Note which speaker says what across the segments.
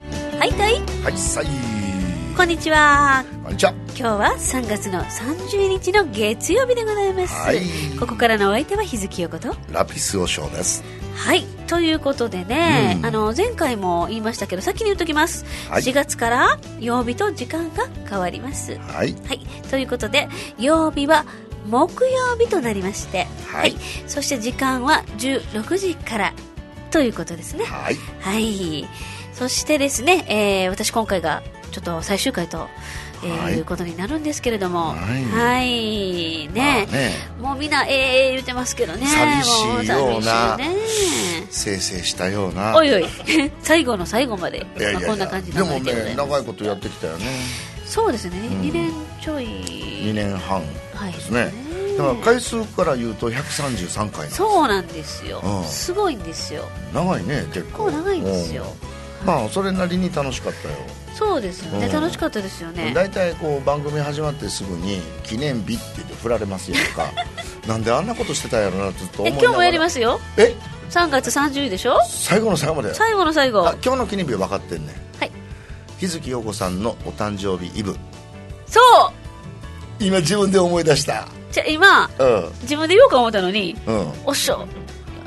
Speaker 1: はいたい
Speaker 2: はいさい
Speaker 1: こんにちは
Speaker 2: こんにちは
Speaker 1: 今日は3月の30日の月曜日でございます、
Speaker 2: はい
Speaker 1: ここからのお相手は日月陽子と
Speaker 2: ラピスおしょうです
Speaker 1: はいということでね、
Speaker 2: うん
Speaker 1: あの前回も言いましたけど先に言っときます、
Speaker 2: はい
Speaker 1: 4月から曜日と時間が変わりますは
Speaker 2: はい
Speaker 1: いということで曜日は木曜日となりまして
Speaker 2: はい
Speaker 1: そして時間は16時からということですね
Speaker 2: はい
Speaker 1: はい。そしてですね、えー私今回がちょっと最終回と、えー
Speaker 2: はい
Speaker 1: い、うことになるんですけれども、
Speaker 2: は
Speaker 1: はいい。
Speaker 2: まあ
Speaker 1: ね
Speaker 2: ね
Speaker 1: もうみんな、えー、言ってますけどね。
Speaker 2: 寂しいような
Speaker 1: もう寂しいね。
Speaker 2: 生成したような
Speaker 1: おい おい、最後の最後まで、
Speaker 2: いやいやい
Speaker 1: ま
Speaker 2: や
Speaker 1: あこんな感じ
Speaker 2: で
Speaker 1: の
Speaker 2: も
Speaker 1: 内容
Speaker 2: ね長いことやってきたよね
Speaker 1: そうですね、
Speaker 2: ん
Speaker 1: 2年ちょい。
Speaker 2: 2年半
Speaker 1: はい
Speaker 2: ですね
Speaker 1: ね
Speaker 2: だから回数から言うと133回なん
Speaker 1: そうなんですよ、
Speaker 2: うん
Speaker 1: すごいんですよ。
Speaker 2: 長いね結
Speaker 1: 結
Speaker 2: 構
Speaker 1: 構長いんですよ。
Speaker 2: うんまあそれなりに楽しかったよ
Speaker 1: そうですよね、
Speaker 2: うん
Speaker 1: 楽しかったですよね。
Speaker 2: 大体こう番組始まってすぐに記念日って言って振られますよ とかなんであんなことしてたんやろなずっと
Speaker 1: え、
Speaker 2: 思いな
Speaker 1: 今
Speaker 2: がら
Speaker 1: 日もやりますよ。
Speaker 2: え
Speaker 1: 3月30日でしょ
Speaker 2: 最後の最後まで
Speaker 1: 最後の最後
Speaker 2: あ今日の記念日は分かってんね
Speaker 1: はい
Speaker 2: 日月陽子さんのお誕生日イブ
Speaker 1: そう
Speaker 2: 今自分で思い出した
Speaker 1: じゃあ今
Speaker 2: うん
Speaker 1: 自分で言おうか思ったのに
Speaker 2: うん
Speaker 1: おっしょ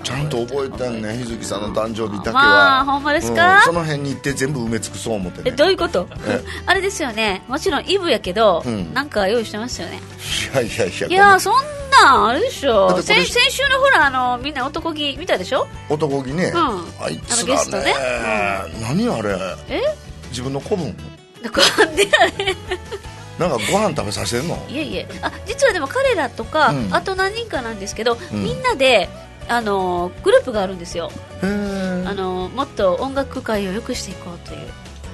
Speaker 2: ちゃんと覚えたんね日月さんの誕生日だけは
Speaker 1: まあほんまですか
Speaker 2: うんその辺に行って全部埋め尽くそう思って
Speaker 1: え
Speaker 2: ね
Speaker 1: どういうこと
Speaker 2: え
Speaker 1: あれですよねもちろんイブやけど、
Speaker 2: うん
Speaker 1: なんか用意してますよね
Speaker 2: いやいやいや
Speaker 1: いやーそんなんあれでしょ
Speaker 2: だってこれ
Speaker 1: 先先週のほらあのみんな男気見たでしょ
Speaker 2: 男気ね、
Speaker 1: うん
Speaker 2: あいつ
Speaker 1: あのゲ
Speaker 2: ら
Speaker 1: スト
Speaker 2: ね
Speaker 1: ね
Speaker 2: 何あれ
Speaker 1: え
Speaker 2: 自分の子分
Speaker 1: なんか出られ
Speaker 2: なんかご飯食べさせてんの
Speaker 1: いえいえあ実はでも彼らとか、
Speaker 2: うん
Speaker 1: あと何人かなんですけど、
Speaker 2: ん
Speaker 1: みんなであのグループがあるんですよ、
Speaker 2: へー
Speaker 1: あのもっと音楽界を良くしていこうという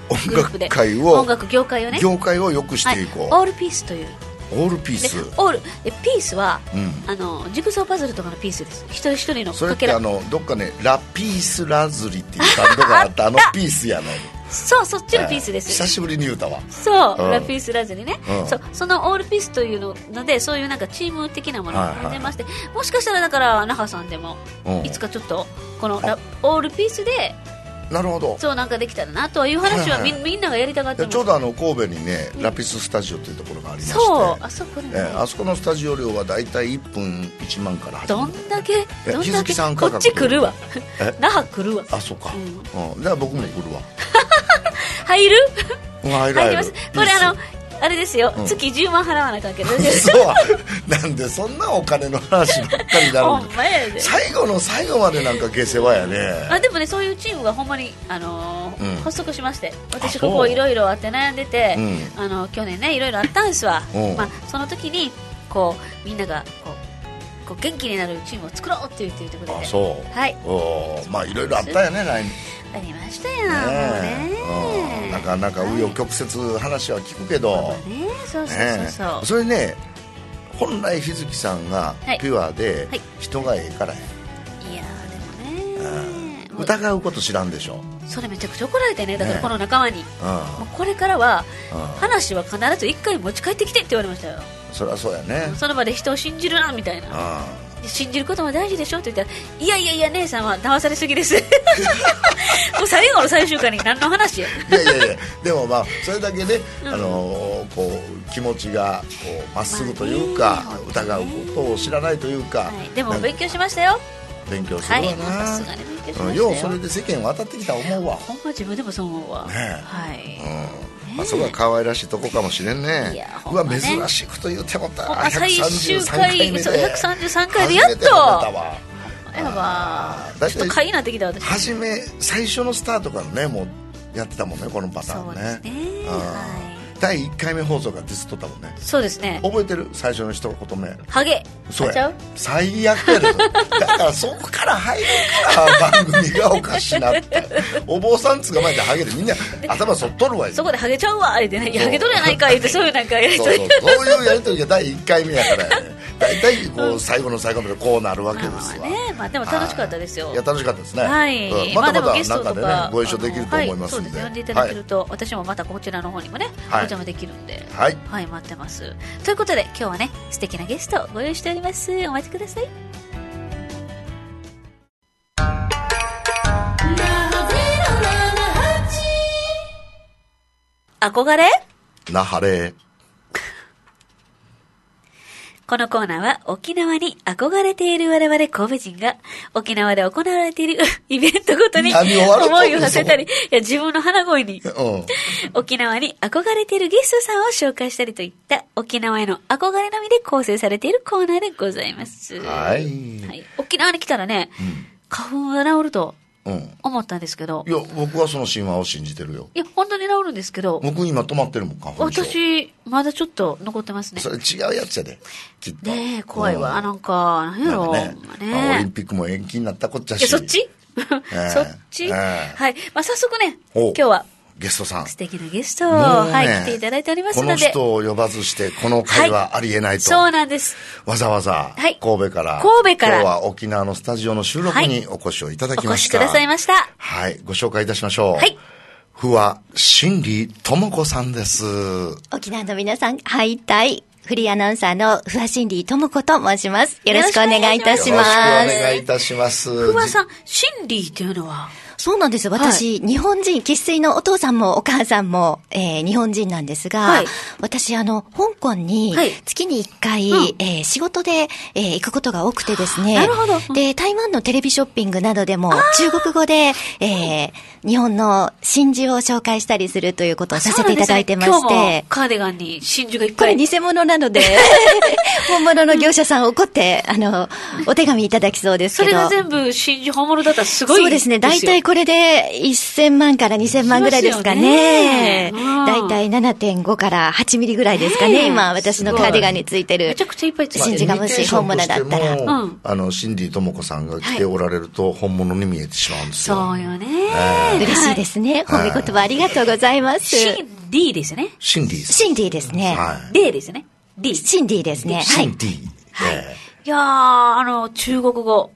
Speaker 2: 音
Speaker 1: グループ
Speaker 2: 楽
Speaker 1: で
Speaker 2: 界を
Speaker 1: 音楽業界をね
Speaker 2: 業界を良くしていこう、
Speaker 1: はい、オールピースという
Speaker 2: オールピー
Speaker 1: で
Speaker 2: ス
Speaker 1: オールえピースは、
Speaker 2: うん
Speaker 1: あのジグソーパズルとかのピースです一人一人の
Speaker 2: それ
Speaker 1: か
Speaker 2: っ
Speaker 1: け
Speaker 2: て
Speaker 1: ら
Speaker 2: あのどっかねラピースラズリっていうバンドがあったあのピースやの
Speaker 1: そうそっ ちのピースです、
Speaker 2: 久しぶりに言うたわ
Speaker 1: そう、
Speaker 2: うん
Speaker 1: ラピースラズにね、
Speaker 2: うん
Speaker 1: そうそのオールピースというのでそういうなんかチーム的なもの
Speaker 2: はいはい
Speaker 1: が出まして、もしかしたらだから那覇さんでも、
Speaker 2: うん
Speaker 1: いつかちょっとこのラオールピースで
Speaker 2: なるほど
Speaker 1: そうなんかできたらなという話は
Speaker 2: は
Speaker 1: み,、
Speaker 2: いはい
Speaker 1: みんながやりたがって
Speaker 2: で
Speaker 1: ま
Speaker 2: ち
Speaker 1: す
Speaker 2: ょうどあの神戸にねラピススタジオというところがありまして
Speaker 1: そうあそこでね、
Speaker 2: えーあそこのスタジオ料は大体1分1万から始
Speaker 1: ど
Speaker 2: ま
Speaker 1: ん
Speaker 2: る
Speaker 1: だけ
Speaker 2: え
Speaker 1: どん
Speaker 2: 日
Speaker 1: だけ
Speaker 2: 月さん
Speaker 1: こ
Speaker 2: 価格
Speaker 1: っち来るわ
Speaker 2: え
Speaker 1: 那覇来るわ
Speaker 2: あそうか、
Speaker 1: う
Speaker 2: うんじゃあ僕も来るわ
Speaker 1: 入る
Speaker 2: うん
Speaker 1: 入
Speaker 2: 入る入
Speaker 1: り
Speaker 2: る
Speaker 1: ますこれあのあれですよ、
Speaker 2: うん
Speaker 1: 月10万払わなきゃいけない
Speaker 2: そうなんでそんなお金の話ばっかり だろ
Speaker 1: ほ
Speaker 2: うん
Speaker 1: まやで
Speaker 2: 最後の最後までなんか下世話やね
Speaker 1: あでもねそういうチームがほんまに、あのー
Speaker 2: うん
Speaker 1: 発足しまして
Speaker 2: あ
Speaker 1: 私
Speaker 2: そう
Speaker 1: ここいろいろあって悩んでて、
Speaker 2: う
Speaker 1: あの去年ねいろいろあったんですわ、
Speaker 2: うん
Speaker 1: まあ、その時にこうみんながこうこう元気になるチームを作ろうって言って言ってくれ
Speaker 2: あ
Speaker 1: て
Speaker 2: そう
Speaker 1: はい
Speaker 2: おーまあいろいろあったよね来年
Speaker 1: ありましたよ、もう
Speaker 2: う
Speaker 1: ね
Speaker 2: んなかなか紆余曲折話は聞くけど、
Speaker 1: はいまあねそうそうそう
Speaker 2: ね
Speaker 1: そう、
Speaker 2: それね本来日月さんが
Speaker 1: はい
Speaker 2: ピュアで
Speaker 1: はい
Speaker 2: 人がええからや、
Speaker 1: いやーでもねもう
Speaker 2: 疑うこと知らんでしょ、
Speaker 1: それめちゃくちゃ怒られてねだから
Speaker 2: ね
Speaker 1: この仲間に、
Speaker 2: うん
Speaker 1: もうこれからは
Speaker 2: うん
Speaker 1: 話は必ず一回持ち帰ってきてって言われましたよ
Speaker 2: そりゃそうやね、
Speaker 1: その場で人を信じるなみたいな
Speaker 2: う
Speaker 1: 信じることも大事でしょって言ったらいやいやいや姉さんは騙されすぎです もう最後の最終回に何の話や
Speaker 2: ん、いやいや いやでもまあそれだけね、
Speaker 1: うん
Speaker 2: あのーこう気持ちがこうまっすぐというか、
Speaker 1: まあね
Speaker 2: 疑うことを知らないというか、
Speaker 1: はい、でも
Speaker 2: なんか
Speaker 1: 勉強しましたよ
Speaker 2: 勉強す
Speaker 1: は
Speaker 2: る
Speaker 1: い
Speaker 2: わ
Speaker 1: もうさす
Speaker 2: な、
Speaker 1: がに勉強しま
Speaker 2: うん
Speaker 1: したよ、
Speaker 2: ようそれで世間渡ってきた思うわ、
Speaker 1: ほんま自分でもそう思うわ、
Speaker 2: ねえ
Speaker 1: はい、
Speaker 2: うん
Speaker 1: ね
Speaker 2: まあ、そこは可愛らしいとこかもしれんね
Speaker 1: いや
Speaker 2: う
Speaker 1: ほん
Speaker 2: わ
Speaker 1: まね
Speaker 2: 珍しくと言うてもた
Speaker 1: ほんま最終回
Speaker 2: 目で
Speaker 1: そう133回でやっと
Speaker 2: 初めて思ったわ
Speaker 1: やば
Speaker 2: だい
Speaker 1: ち
Speaker 2: たい
Speaker 1: ょっとかいなってきた私
Speaker 2: 初め最初のスタートからねもうやってたもんねこのパタ
Speaker 1: そ
Speaker 2: ー
Speaker 1: う
Speaker 2: ン
Speaker 1: ですね
Speaker 2: ねうん
Speaker 1: はい
Speaker 2: 第1回目放送がディスっとったもんね
Speaker 1: そうですね
Speaker 2: 覚えてる最初の一言目
Speaker 1: ハゲ
Speaker 2: そう
Speaker 1: あちゃ
Speaker 2: や
Speaker 1: う
Speaker 2: 最悪やでだからそこから入るから番組がおかしなってお坊さん捕まえてハゲでみんな頭そっとるわよ
Speaker 1: そこでハゲちゃうわ言ってねいや
Speaker 2: そ
Speaker 1: ハ
Speaker 2: う
Speaker 1: ゲとるやないか言ってそういうなん かやり
Speaker 2: そう
Speaker 1: と
Speaker 2: そ
Speaker 1: り
Speaker 2: うそういうやり取りが第1回目やから やね大体こう最後の最後までこうなるわけで
Speaker 1: まあますあ
Speaker 2: わ、
Speaker 1: ねまあでも楽しかったですよ
Speaker 2: はいいや楽しかったですね、
Speaker 1: はい、
Speaker 2: うんまた
Speaker 1: でも
Speaker 2: ま
Speaker 1: ゲ
Speaker 2: た
Speaker 1: スト
Speaker 2: 中
Speaker 1: と
Speaker 2: で
Speaker 1: か
Speaker 2: ねご一緒できると思い
Speaker 1: あのは
Speaker 2: ますんで,、
Speaker 1: い、そうですね呼んでいただけると、私もまたこちらの方にもね、
Speaker 2: はい
Speaker 1: お邪魔できるんで
Speaker 2: はい
Speaker 1: は
Speaker 2: はい
Speaker 1: い待ってますということで今日はね素敵なゲストをご用意しておりますお待ちください憧れ
Speaker 2: なはれ
Speaker 1: このコーナーは沖縄に憧れている我々神戸人が沖縄で行われている イベントごとに
Speaker 2: 何を笑っとんの
Speaker 1: 思いを馳せたり、いや自分の鼻声に
Speaker 2: うん
Speaker 1: 沖縄に憧れているゲストさんを紹介したりといった沖縄への憧れのみで構成されているコーナーでございます。
Speaker 2: はい
Speaker 1: はい沖縄に来たらね、花粉が治ると
Speaker 2: うん
Speaker 1: 思ったんですけど
Speaker 2: い、や僕はその神話を信じてるよ
Speaker 1: いや、本当に治るんですけど、
Speaker 2: 僕今止まってるもん花粉症
Speaker 1: 私、まだちょっと残ってますね
Speaker 2: そ。れ違うやつやできっと
Speaker 1: ねえ、怖いわ。
Speaker 2: うん
Speaker 1: なんか、なんやろ。
Speaker 2: なんかねまあオリン
Speaker 1: ね
Speaker 2: ピックも延期になったこっちゃ
Speaker 1: え。
Speaker 2: し
Speaker 1: そっち
Speaker 2: え
Speaker 1: そっち
Speaker 2: ええ
Speaker 1: はい。まあ、早速ね、
Speaker 2: お
Speaker 1: 今日は
Speaker 2: ゲストさん
Speaker 1: 素敵なゲストを、
Speaker 2: もうね
Speaker 1: はい、来ていただいておりますので
Speaker 2: こ。の人を呼ばずして、この会はありえないと。
Speaker 1: そうなんです。
Speaker 2: わざわざ、
Speaker 1: はい
Speaker 2: 神戸から、
Speaker 1: 神戸から
Speaker 2: 今日は沖縄のスタジオの収録にお越しをいただ
Speaker 1: お
Speaker 2: きま
Speaker 1: 越し
Speaker 2: し
Speaker 1: く
Speaker 2: た。
Speaker 1: ださいました。
Speaker 2: はい、ご紹介いたしましょう。
Speaker 1: はい。
Speaker 2: ふわ、心理ともこさんです。よ
Speaker 3: 沖縄の皆さん、はい、たい。フリーアナウンサーの不破真理智子と申します。よろしくお願いいた
Speaker 2: ろ
Speaker 3: し
Speaker 2: しくお
Speaker 3: ます。
Speaker 2: 願いいたします。
Speaker 1: ふわさん、シンリーっていうのは、
Speaker 3: そうなんですよ。私、日本人、生粋のお父さんもお母さんも、えー日本人なんですが、
Speaker 1: はい
Speaker 3: 私、あの、香港に
Speaker 1: はい、
Speaker 3: 月に1回、
Speaker 1: うん
Speaker 3: えー仕事で、えー行くことが多くてですね。
Speaker 1: なるほどうん
Speaker 3: で、台湾のテレビショッピングなどでも、中国語で、えー日本の真珠を紹介したりするということをさせていただいてま
Speaker 1: そう
Speaker 3: し
Speaker 1: なんですね今
Speaker 3: て
Speaker 1: 日も。カーディガンに真珠がいっ
Speaker 3: こ
Speaker 1: ぱ
Speaker 3: れ
Speaker 1: い。
Speaker 3: 偽物な ので、本物の業者さん怒って、あの、お手紙いただきそうです
Speaker 1: そ
Speaker 3: け
Speaker 1: れ
Speaker 3: ど
Speaker 1: が。全部真珠本物だったらすごい
Speaker 3: そうですね。大体これで1000万から2000万ぐらいですかね。
Speaker 1: しますよねうん
Speaker 3: 大体7.5から8ミリぐらいですか
Speaker 1: ねえ
Speaker 3: ね。今、私のカーディガンについてる。
Speaker 1: めちゃくちゃいっぱいついて
Speaker 3: 真
Speaker 1: る。
Speaker 3: 珠がもし本物だったら
Speaker 2: イミテーションとしても
Speaker 1: うん
Speaker 2: あの、シンディともこさんが来ておられると、本物に見えてしまうんですよ。
Speaker 1: そうよね。
Speaker 3: 嬉しいですね。褒め言葉ありがとうございます。
Speaker 1: シンディーですよね。
Speaker 2: シンディさん。
Speaker 3: シンディですね。
Speaker 2: は
Speaker 1: デーですよね。ディー。
Speaker 3: シンディです
Speaker 2: い。
Speaker 3: ね。は
Speaker 2: シ
Speaker 3: い。
Speaker 2: ンディ。ええ
Speaker 1: いやー、あの、中国語。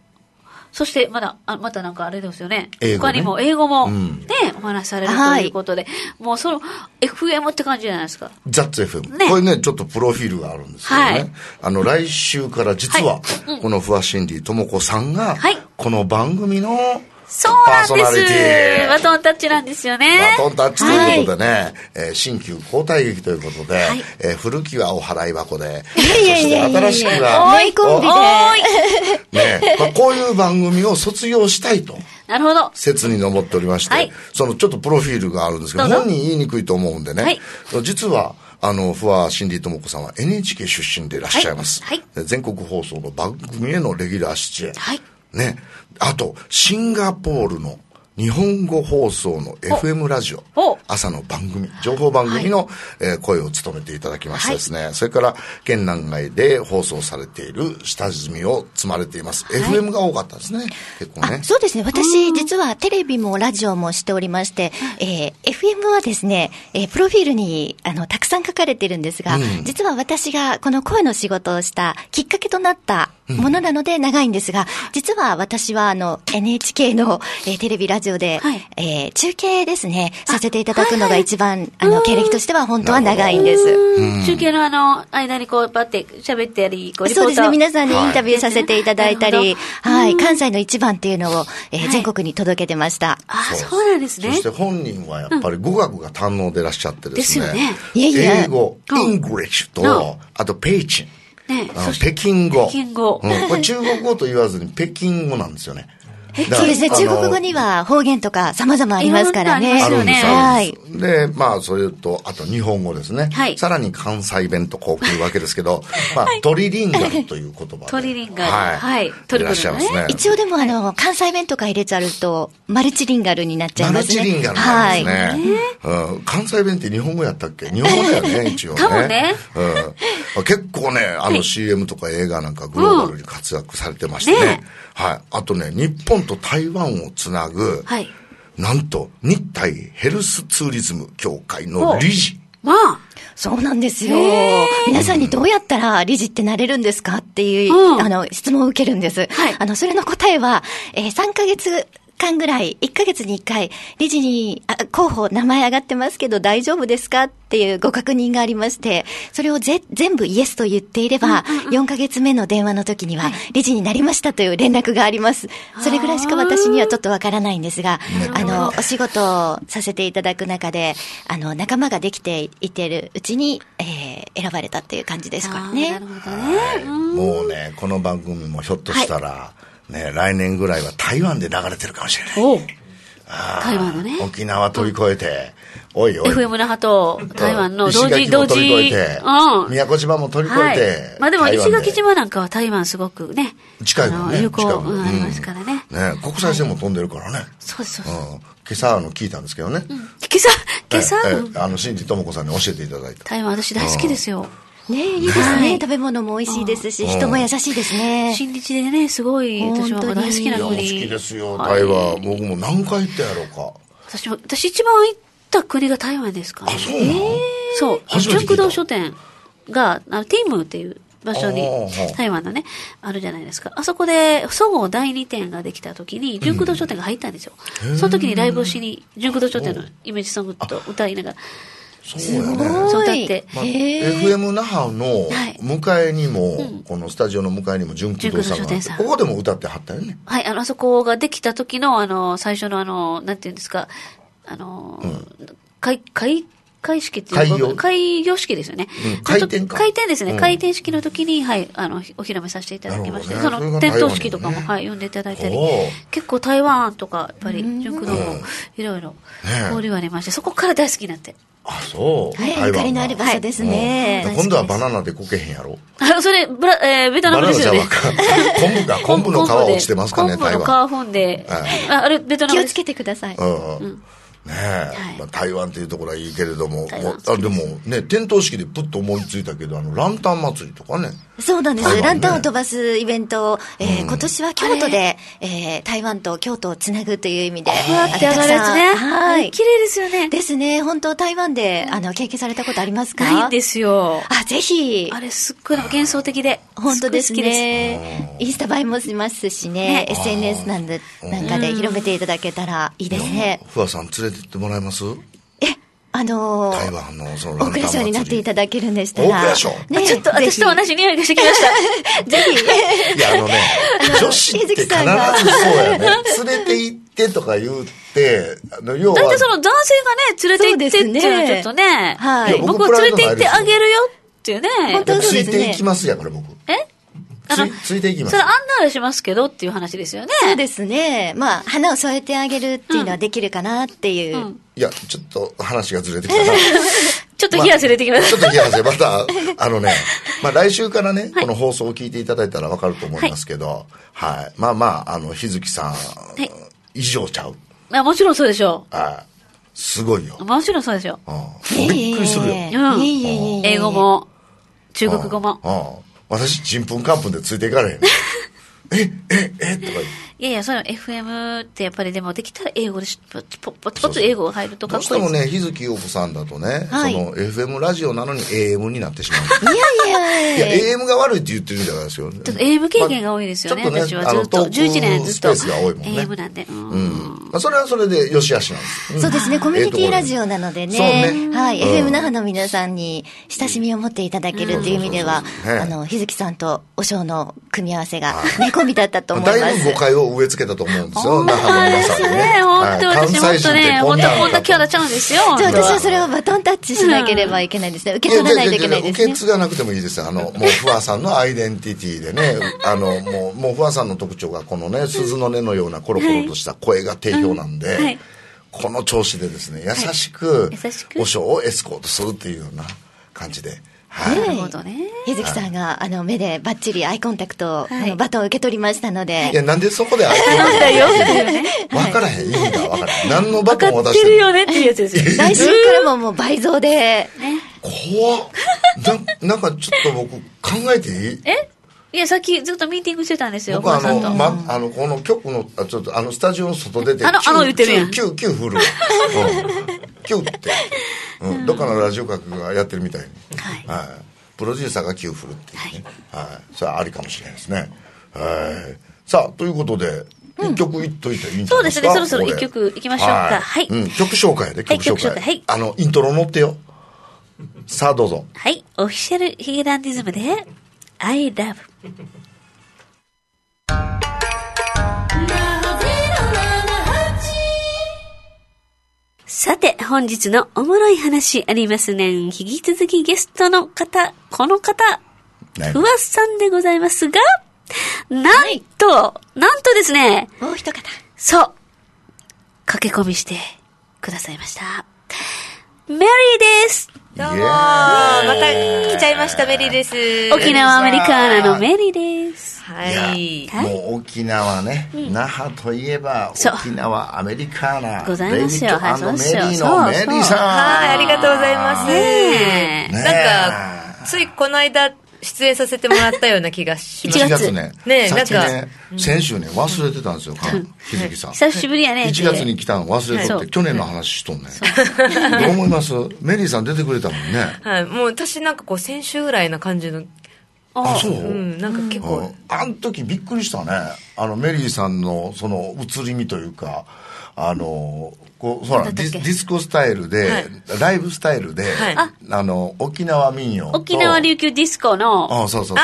Speaker 1: そして、まだ、あまたなんかあれですよね。
Speaker 2: 英語
Speaker 1: 他
Speaker 2: ね
Speaker 1: にも英語も、
Speaker 2: うん
Speaker 1: ね、お話しされると
Speaker 3: はい
Speaker 1: いうことで、もうその、FM って感じじゃないですか。
Speaker 2: ザッツ FM、
Speaker 1: ね
Speaker 2: これね、ちょっとプロフィールがあるんですけどね。
Speaker 1: はい
Speaker 2: あの、来週から実は、
Speaker 1: は
Speaker 2: この不破心理ともこさんが、
Speaker 1: はい
Speaker 2: この番組の
Speaker 1: そう
Speaker 2: パ
Speaker 1: な
Speaker 2: ー
Speaker 1: ん
Speaker 2: ソナリ
Speaker 1: で
Speaker 2: テ
Speaker 1: す。
Speaker 2: ィ
Speaker 1: バトンタッチなんですよね。
Speaker 2: バトンタッチということでね、えー新旧交代劇ということで、
Speaker 1: い
Speaker 2: えー古きはお払い箱で、
Speaker 3: いやいやいやいや
Speaker 2: そして新しく
Speaker 3: お
Speaker 2: は、
Speaker 3: 名コンビで。
Speaker 1: おーい。
Speaker 2: ね、まあ、こういう番組を卒業したいと。
Speaker 1: なるほど。
Speaker 2: 説に登っておりまして、
Speaker 1: はい
Speaker 2: そのちょっとプロフィールがあるんですけど、
Speaker 1: どうぞ
Speaker 2: 本人言いにくいと思うんでね、
Speaker 1: はい
Speaker 2: 実は、あの、不破心理智子さんは NHK 出身でいらっしゃいます。
Speaker 1: はい
Speaker 2: で全国放送の番組へのレギュラー出演。
Speaker 1: はい
Speaker 2: ね。あと、シンガポールの日本語放送の FM ラジオ
Speaker 1: お、
Speaker 2: 朝の番組、情報番組の、えー声を務めていただきましてですね、それから県南外で放送されている下積みを積まれています。FM が多かったですね、結構ね
Speaker 3: あ。そうですね。私、実はテレビもラジオもしておりまして、えー FM はですね、えープロフィールに、あの、たくさん書かれてるんですが、実は私がこの声の仕事をしたきっかけとなったものなので長いんですが、実は私は、あの、NHK の、えーテレビ、ラジオで、
Speaker 1: はい
Speaker 3: えー中継ですね、させていただくのが一番、あの、経歴としては本当は長いんです。
Speaker 1: 中継のあの、間にこう、バって喋ったり、こう、リポ
Speaker 3: そう
Speaker 1: ー
Speaker 3: で
Speaker 1: ト
Speaker 3: すね。皆さんにインタビューさせていただいたり、
Speaker 1: はい
Speaker 3: は
Speaker 1: う
Speaker 3: い。
Speaker 1: ん
Speaker 3: 関西の一番っていうのを、えー
Speaker 1: はい
Speaker 3: 全国に届けてました。
Speaker 1: ああ、そうなんです
Speaker 2: そ
Speaker 1: ね
Speaker 2: して。本人はやっぱり語学が堪能でらっしゃってですね。
Speaker 1: です
Speaker 3: よねいやいや
Speaker 2: 英語、
Speaker 1: うん
Speaker 2: イングリッシュ
Speaker 1: うん
Speaker 2: と、あとペイチン。
Speaker 1: ね
Speaker 2: あ
Speaker 1: そ
Speaker 2: の
Speaker 1: して
Speaker 2: 北京語。
Speaker 1: 北京語
Speaker 2: うんこれ中国語と言わずに北京語なんですよね。だか
Speaker 3: そう
Speaker 2: ら
Speaker 3: ですね。
Speaker 2: あの
Speaker 3: 中国語には方言とか様々ありますから
Speaker 1: いろんな
Speaker 3: ね。
Speaker 1: あ
Speaker 2: あ
Speaker 1: り
Speaker 2: るんですあ
Speaker 3: は
Speaker 2: るん
Speaker 3: い
Speaker 2: で。すで、まあ、それと、あと日本語ですね。
Speaker 1: はい
Speaker 2: さらに関西弁とこう来るわけですけど、まあ、トリリンガルという言葉で。
Speaker 1: トリリンガルはい
Speaker 2: い。
Speaker 1: トリプルのね
Speaker 2: いらっしゃいますね。
Speaker 3: 一応でもあの、関西弁とか入れちゃうと、マルチリンガルになっちゃい
Speaker 2: マ
Speaker 3: ま
Speaker 2: ル
Speaker 3: すね。
Speaker 2: チリンガルなんですね。うん、関西弁って日本語やったっけ日本語だ よね、一応ね。
Speaker 1: かもね
Speaker 2: うん、結構ね、あの CM とか映画なんかグローバルに活躍されてましてね。
Speaker 1: うんね
Speaker 2: はい。あとね、日本と台湾をつなぐ、
Speaker 1: はい。
Speaker 2: なんと日体ヘルスツーリズム協会の理事。
Speaker 1: まあ、
Speaker 3: そうなんですよ。皆さんにどうやったら理事ってなれるんですかっていう、
Speaker 1: うん
Speaker 3: あの、質問を受けるんです。
Speaker 1: はい
Speaker 3: あの、それの答えは、えー3ヶ月間ぐらい、1ヶ月に1回、理事に、あ、候補名前上がってますけど大丈夫ですかっていうご確認がありまして、それをぜ全部イエスと言っていれば、4ヶ月目の電話の時には、理事になりましたという連絡があります。それぐらいしか私にはちょっとわからないんですが、あの、お仕事をさせていただく中で、あの、仲間ができていてるうちに、えー、選ばれたっていう感じですからね。
Speaker 1: なるほどね。
Speaker 2: もうね、この番組もひょっとしたら、はい、ね、来年ぐらいは台湾で流れてるかもしれない。
Speaker 1: お台湾のね。
Speaker 2: 沖縄飛び越えて、おいおい。
Speaker 1: FM 那覇と台湾の同時、
Speaker 2: 同時。うん。宮古島も飛び越えて。
Speaker 1: まあでも石垣島なんかは台湾すごくね。
Speaker 2: 近いもんね。
Speaker 1: 有効ありますからね。
Speaker 2: ね国際線も飛んでるからね。
Speaker 1: そうそうそう。今
Speaker 2: 朝の聞いたんですけどね。
Speaker 1: 今朝、今朝
Speaker 2: あの、新地智子さんに教えていただいた。
Speaker 1: 台湾私大好きですよ。
Speaker 3: ねいいですね。食べ物も美味しいですし、人も優しいですね。
Speaker 1: 新日でね、すごい、私は大好きな
Speaker 2: 国。好きですよ、台湾。僕も何回行ったやろうか。
Speaker 1: 私も、私一番行った国が台湾ですから。あ、
Speaker 2: そうな
Speaker 1: そう。食堂書店が、あの、ティームっていう場所に、台湾のね、あるじゃないですか。あそこで、そごう第2店ができた時に、純駆動書店が入ったんですよ。その時にライブをしに、純駆動書店のイメージソングと歌いながら。
Speaker 2: そうやね。
Speaker 1: そうだって。
Speaker 2: まあ、FM 那覇の迎えにも、このスタジオの迎えにも純駆動さんがここでも歌ってはったよね。
Speaker 1: はい、あの、あそこができた時の、あの、最初のあの、なんていうんですか、あの、開、開、開式っていう開業式ですよね。
Speaker 2: 開店か。
Speaker 1: 開店ですね。開店式の時に、はい、あの、お披露目させていただきまして、その点灯式とかも、はい、呼んでいただいたり、結構台湾とか、やっぱり、純駆動もいろいろ交流ありまして、そこから大好きになって。
Speaker 2: あ、そう。
Speaker 3: はい、ゆかりのある場所ですね。
Speaker 2: 今度はバナナでこけへんやろ。
Speaker 1: あ、それ、ブラ、えー、ベトナムですよね。
Speaker 2: 昆布か、昆布の皮落ちてますかね、
Speaker 1: 台湾。昆布の皮踏んで。あ、あれ、ベトナム
Speaker 3: 気をつけてください。
Speaker 2: うん。ねえ、まあ、台湾というところはいいけれども、あでもね、点灯式でプッと思いついたけど、あの、ランタン祭りとかね。
Speaker 3: そうなんです、ランタンを飛ばすイベントを、えー今年は京都で、えー、台湾と京都をつなぐという意味で、
Speaker 1: あたくさん、ね、はい。綺麗ですよね。
Speaker 3: ですね、本当台湾で、あの、経験されたことありますか
Speaker 1: ないんですよ。
Speaker 3: あ、ぜひ。
Speaker 1: あれ、すっごい幻想的で。
Speaker 3: 本当ですね。インスタ映えもしますしね、SNS なんで、なんかで広めていただけたらいいですね。
Speaker 2: ふわさん連れてってもらえます
Speaker 3: えあのー、
Speaker 2: 台湾のその
Speaker 3: ランタン祭になっていただけるんでしたら。。
Speaker 2: 大蔵省
Speaker 1: ねちょっと私と同じ匂いがしてきま した
Speaker 3: ぜ
Speaker 2: ひ。いや、あのね、女子って必ずそうやね。連れて行ってとか言うて、
Speaker 1: 要は。だってその男性がね、連れて行ってっていうのはちょっとね、はい、僕を連れて行ってあげるよっていうね。
Speaker 2: 本当ですね。ついていきますやから僕。
Speaker 1: え
Speaker 2: あの、ついていきま
Speaker 1: そ
Speaker 2: す。
Speaker 1: れ案内しますけどっていう話ですよね。
Speaker 3: そうですね。まあ、花を添えてあげるっていうのはできるかなっていう。うんうん、
Speaker 2: いや、ちょっと話がずれてきたな。、
Speaker 1: ちょっと冷やせれてきました
Speaker 2: まあ、ちょっと冷やせ。 また、あのね、まあ来週からね、はい、この放送を聞いていただいたらわかると思いますけど、はい、はい、まあまあ、あの、日月さん、はい、以上ちゃう。
Speaker 1: あもちろんそうでしょ
Speaker 2: う。はい。すごいよ。
Speaker 1: もちろんそうでしょ
Speaker 2: う。びっくりするよ。
Speaker 1: 英語も、中国語も。
Speaker 2: 私、ちんぷんかんぷんでついていか れへん。え、え、え、とか
Speaker 1: いやいや、それ FM ってやっぱりでもできたら英語でし、ぽぽぽぽつ英語が入るとかっ
Speaker 2: こいい。どうしてもね、日月陽子さんだとね、はい、その FM ラジオなのに AM になってしま
Speaker 3: う。いやいや
Speaker 2: いや。AM が悪いって言ってるんじゃないですよ、ね。
Speaker 1: ちょっと AM 経験が多いですよね、私はずっと。11年ずっと。
Speaker 2: スペースが多いもんね。
Speaker 1: AM なんで。うん。
Speaker 2: まあ、それはそれでよしあしなんです。
Speaker 3: そうですね、コミュニティラジオなのでね。はい。FM 那覇の皆さんに親しみを持っていただけるという意味では、あの、日月さんとお正の組み合わせが、煮込みだったと思います。
Speaker 2: だいぶ誤解を植え付けたと思うんですよ、那覇の皆さんにね。
Speaker 1: 本当、私もっとね、本当、本当、キャラちゃうんですよ。
Speaker 3: じゃあ私はそれをバトンタッチしなければいけないですね。受け取らないといけないですね。
Speaker 2: 受け継がなくてもいいですよ。あの、もう、フワさんのアイデンティティでね、あの、もう、もう、フワさんの特徴が、このね、鈴の音のようなコロコロとした声が定評なんで、この調子でですね、優しく、お尚をエスコートするっていうような感じで。
Speaker 1: はい、なるほどね。
Speaker 3: ゆずきさんが、あの、目でばっちりアイコンタクトを、あの、バトンを受け取りましたので。
Speaker 2: いや、なんでそこでアイコンタクトわからへん、意味がわからへん。何のバトンを渡して
Speaker 1: るよねっていうやつです
Speaker 3: 来週からももう倍増で。
Speaker 2: 怖っ。な、なんかちょっと僕、考えていい
Speaker 1: えいや、さっきずっとミーティングしてたんですよ。
Speaker 2: 僕あの、ま、あの、この局の、ちょっとあの、スタジオの外出て、
Speaker 1: あの、あの言ってるやん。
Speaker 2: キュー、キュー振るわ。キューって。うん、どっかのラジオ局がやってるみたいに、はいはい、プロデューサーが給付るっていうね、はいはい、それはありかもしれないですね。はいさあということで一曲いっといていいんじ
Speaker 1: そ
Speaker 2: ゃな
Speaker 1: う
Speaker 2: いで
Speaker 1: ですす
Speaker 2: か
Speaker 1: ね、そろそろ
Speaker 2: これ
Speaker 1: 一曲いきましょうか。はい。
Speaker 2: うん、曲紹介やで、
Speaker 1: はい
Speaker 2: 曲紹介。
Speaker 1: 曲紹介はい
Speaker 2: あの、イントロ乗ってよ。さあ、どうぞ。
Speaker 1: はい。オフィシャルヒゲダンディズムで、I love. さて、本日のおもろい話ありますねん。引き続きゲストの方、この方、
Speaker 2: ね
Speaker 1: ふわさんでございますが、なんと、なんとですね、
Speaker 3: もう一方。
Speaker 1: そう。駆け込みしてくださいました。メリーです
Speaker 4: どうも
Speaker 2: イエーイ
Speaker 4: また来ちゃいました、メリーです。
Speaker 1: 沖縄アメリカーナのメリーです。
Speaker 4: はいい
Speaker 2: や。もう沖縄ね、那覇といえば
Speaker 1: そう
Speaker 2: 沖縄アメリカーナ
Speaker 1: ございますよ
Speaker 2: デイビッド
Speaker 1: はいそうで
Speaker 2: メ
Speaker 1: すよ
Speaker 2: リーのメリーさん
Speaker 4: はい、ありがとうございます。
Speaker 1: ねえ
Speaker 4: なんか、ついこの間、出演させてもらったような気がします。
Speaker 1: 1
Speaker 2: 1
Speaker 1: 月
Speaker 2: 月ね
Speaker 4: ねえ
Speaker 2: さっき
Speaker 4: なん
Speaker 2: ね先週ね忘れてたんですよ日月さん
Speaker 1: 久しぶりやね。
Speaker 2: 1月に来たの忘れとっ
Speaker 1: は
Speaker 2: て
Speaker 1: い
Speaker 2: 去年の話しとんねどう思いますメリーさん出てくれたもんね
Speaker 4: はい、もう私なんかこう、先週ぐらいな感じの、
Speaker 2: あそう
Speaker 4: うん、なんか結
Speaker 2: う
Speaker 4: 構
Speaker 2: ん、あん時びっくりしたねあのメリーさんのその移り身というかあのこうほら
Speaker 1: なんだ
Speaker 2: デ
Speaker 1: っ
Speaker 2: ィ
Speaker 1: け
Speaker 2: スディスコスタイルで、
Speaker 4: はい
Speaker 2: ライブスタイルで、
Speaker 4: はい
Speaker 2: あの沖縄民謡と
Speaker 1: 沖縄琉球ディスコの、
Speaker 2: あそうそうそう
Speaker 4: あ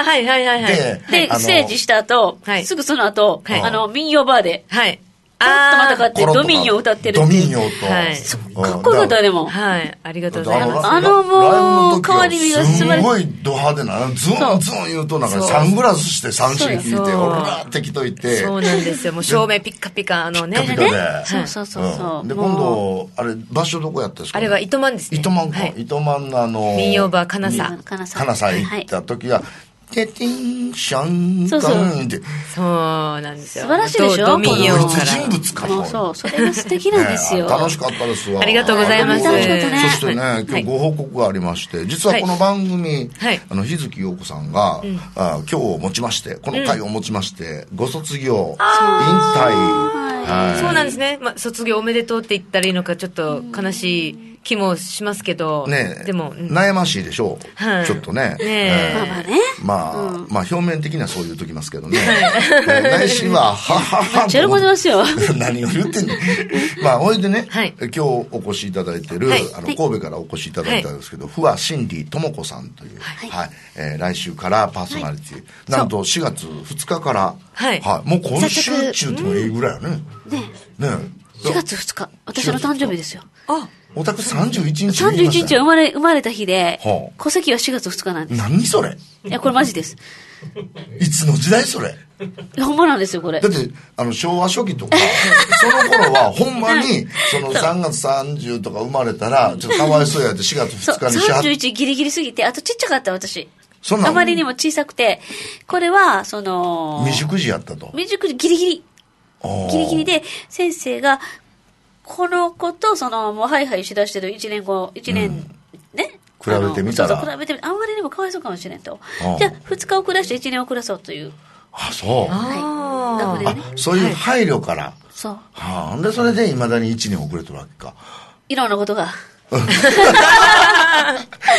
Speaker 4: あ、はいはいはいはい。
Speaker 2: で
Speaker 1: で、
Speaker 2: あの
Speaker 1: ステージした後
Speaker 4: は、い
Speaker 1: すぐその後、
Speaker 4: はい
Speaker 1: あの、民謡バーで、
Speaker 4: はい。
Speaker 1: ちょっとまたこうや
Speaker 4: あ
Speaker 1: ってドミニオン歌ってる
Speaker 2: ドミニオンと、
Speaker 4: はい
Speaker 2: そ
Speaker 1: かっこよかったよでも
Speaker 4: ー。はい、ありがと
Speaker 2: あ
Speaker 4: うございます。
Speaker 1: あのもう変わり身が
Speaker 2: す
Speaker 1: 素晴らしい
Speaker 2: ごいド派手なズンズン言うとなんかサングラスして三振引いて
Speaker 4: そう
Speaker 2: オ
Speaker 4: そう
Speaker 2: ラーってきといて
Speaker 4: そうなんですよ。もう照明ピッカピカのね。
Speaker 2: ピッカピカではい
Speaker 1: そうそうそうそうう。
Speaker 2: んで
Speaker 1: もう
Speaker 2: 今度あれ場所どこやったんですか
Speaker 4: あ
Speaker 2: ね、
Speaker 4: れは糸満ですね。
Speaker 2: 糸満か、
Speaker 4: はい
Speaker 2: 糸満のあの
Speaker 4: 民謡バー金沢
Speaker 1: 金沢
Speaker 2: 金沢
Speaker 1: は
Speaker 2: 行
Speaker 1: い
Speaker 2: った時は、テティンシャン
Speaker 1: そう
Speaker 2: カ
Speaker 1: そう
Speaker 2: ンって
Speaker 4: そうなんですよ。
Speaker 1: 素晴らしいでしょ
Speaker 4: ドドミニオン
Speaker 1: この
Speaker 4: か
Speaker 2: 同一人物か
Speaker 4: ら。
Speaker 1: もうそう、それが素敵なんですよ。
Speaker 2: ね楽しかったですわ
Speaker 4: ありがとうございます
Speaker 2: ありがと
Speaker 1: 楽しかっ
Speaker 2: う
Speaker 1: たね
Speaker 2: そしてね、今日ご報告がありまして実はこの番組、
Speaker 4: はい
Speaker 2: あの日月陽子さんが、あ今日をもちましてこの回をもちまして、ご卒業引退はい
Speaker 4: そうなんですね。まあ、卒業おめでとうって言ったらいいのか、ちょっと悲しい気もしますけど。
Speaker 2: ね
Speaker 4: でも、うん
Speaker 2: 悩ましいでしょう、
Speaker 4: はい
Speaker 2: ちょっとね
Speaker 4: ねえ
Speaker 1: まあまあね。
Speaker 2: まあ、まあ表面的にはそう言うときますけどね。内心は、ははは。
Speaker 1: 喜んでますよ
Speaker 2: 何を言ってんの まあ、おいでね、
Speaker 4: はい
Speaker 2: 今日お越しいただいてる、
Speaker 4: はい
Speaker 2: あの、
Speaker 1: はい
Speaker 2: 神戸からお越しいただいたんですけど、不破真理智子さんという、はい、えー来週からパーソナリティ、なんと4月2日から、
Speaker 4: はい
Speaker 2: もう今
Speaker 3: 早
Speaker 2: 週
Speaker 3: 速
Speaker 2: 中でもいいぐらいよね。
Speaker 1: ね
Speaker 2: ねえ
Speaker 1: 4月2日、私の誕生日ですよ。
Speaker 4: あ、
Speaker 2: お宅31日に言い
Speaker 1: 31
Speaker 2: ました
Speaker 1: 日は生まれ、生まれた日で
Speaker 2: はあ、
Speaker 1: 戸籍は4月2日なんです。
Speaker 2: 何それ
Speaker 1: いや、これマジです。
Speaker 2: いつの時代それ
Speaker 1: いやほんまなんですよ、これ
Speaker 2: だ。ってあの昭和初期とか その頃はほんまにその3月30とか生まれたらちょっとかわいそうやって4月
Speaker 1: そう、
Speaker 2: 2日にしはって
Speaker 1: 31ギリギリすぎて、あとちっちゃかった私。
Speaker 2: そんなん
Speaker 1: あまりにも小さくて、これは、その、
Speaker 2: 未熟児やったと
Speaker 1: 未熟児ギリギリ。ギリギリで、先生が、この子と、その、もうハイハイしだしてる1年後、1年、ね。
Speaker 2: 比べてみたら
Speaker 1: あのそうそう比べてみあんまりにもかわいそうかもしれんと
Speaker 2: ああ。
Speaker 1: じゃあ、2日遅らして1年遅らそうという。
Speaker 2: あそうあ
Speaker 4: あ
Speaker 1: ダ
Speaker 4: ー
Speaker 1: ブルでね。
Speaker 2: そういう配慮から、は
Speaker 1: そう。
Speaker 2: あほんでそれでいまだに1年遅れてるわけか
Speaker 1: いろんなことが。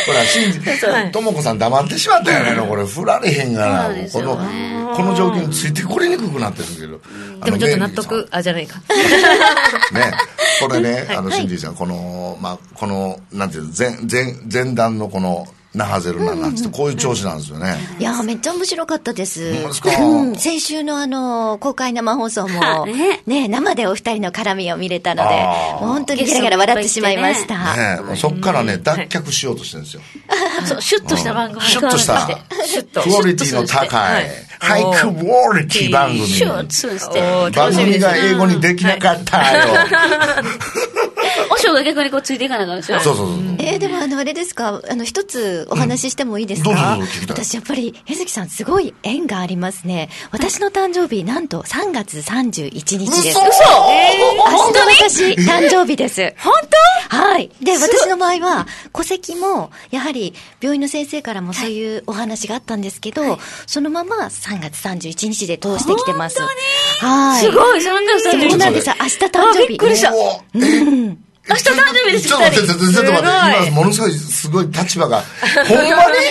Speaker 2: ほら信じ とも子さん黙ってしまったよねこれ振られへんが
Speaker 1: そう
Speaker 2: ら
Speaker 1: なんです
Speaker 2: こ
Speaker 1: よ
Speaker 2: のこの状況についてこれにくくなってるけど
Speaker 4: でもちょっと
Speaker 2: あの
Speaker 4: 納
Speaker 2: メイリーさん
Speaker 4: 得、あ、じゃないか。
Speaker 2: ね、これね、あの、シンディさん、この、まあ、この、なんていうの、前、前、前段のこの、那覇ゼロなんなんつって、こういう調子なんですよね。
Speaker 3: いやー、めっちゃ面白かったです。
Speaker 2: ほんまですか
Speaker 3: うん先週のあの、公開生放送 も、
Speaker 1: ね
Speaker 3: ね生でお二人の絡みを見れたので、
Speaker 2: あー
Speaker 3: もう本当にゲラゲラ笑ってしまいました。
Speaker 2: ねもうそっからね、脱却しようとしてるんですよ。
Speaker 1: そう、シュッとした番組に
Speaker 2: シュ
Speaker 1: 変わ
Speaker 2: ッと
Speaker 1: り
Speaker 2: し
Speaker 1: ま
Speaker 2: た
Speaker 1: して。、
Speaker 4: シュッと
Speaker 2: クオリティの高い、ハ
Speaker 4: はい
Speaker 2: イクオリティ番組。
Speaker 1: シュッとして。
Speaker 4: おー
Speaker 2: 番
Speaker 4: 楽しみ
Speaker 2: 組
Speaker 4: ですね
Speaker 2: が英語にできなかったよ。
Speaker 1: おしょうが逆にこうついていかなあかんですよ。
Speaker 2: そうそうそうそう。
Speaker 3: えー、でもあの、あれですか、あの、一つお話ししてもいいですか、
Speaker 2: うんどうぞどうぞ聞きたい
Speaker 3: 私やっぱり、江月さんすごい縁がありますね。私の誕生日、なんと3月31日です。
Speaker 2: 嘘
Speaker 3: 明日私、誕生日です。本当はい。で、私の場合は、戸籍も、やはり、病院の先生からもそういうお話があったんですけど、そのまま3月31日で通してきてます。はい。
Speaker 1: すごい、そんな
Speaker 3: そうなんです。明日誕生
Speaker 1: あ
Speaker 3: 日。
Speaker 1: びっくりした
Speaker 2: うわえ
Speaker 1: 明日誕生日です
Speaker 2: ちょっと待って、ちょっと待って、
Speaker 4: すごい
Speaker 2: 今、ものすごい、すごい立場が。ほんま
Speaker 1: い
Speaker 2: に
Speaker 1: や、私びっくり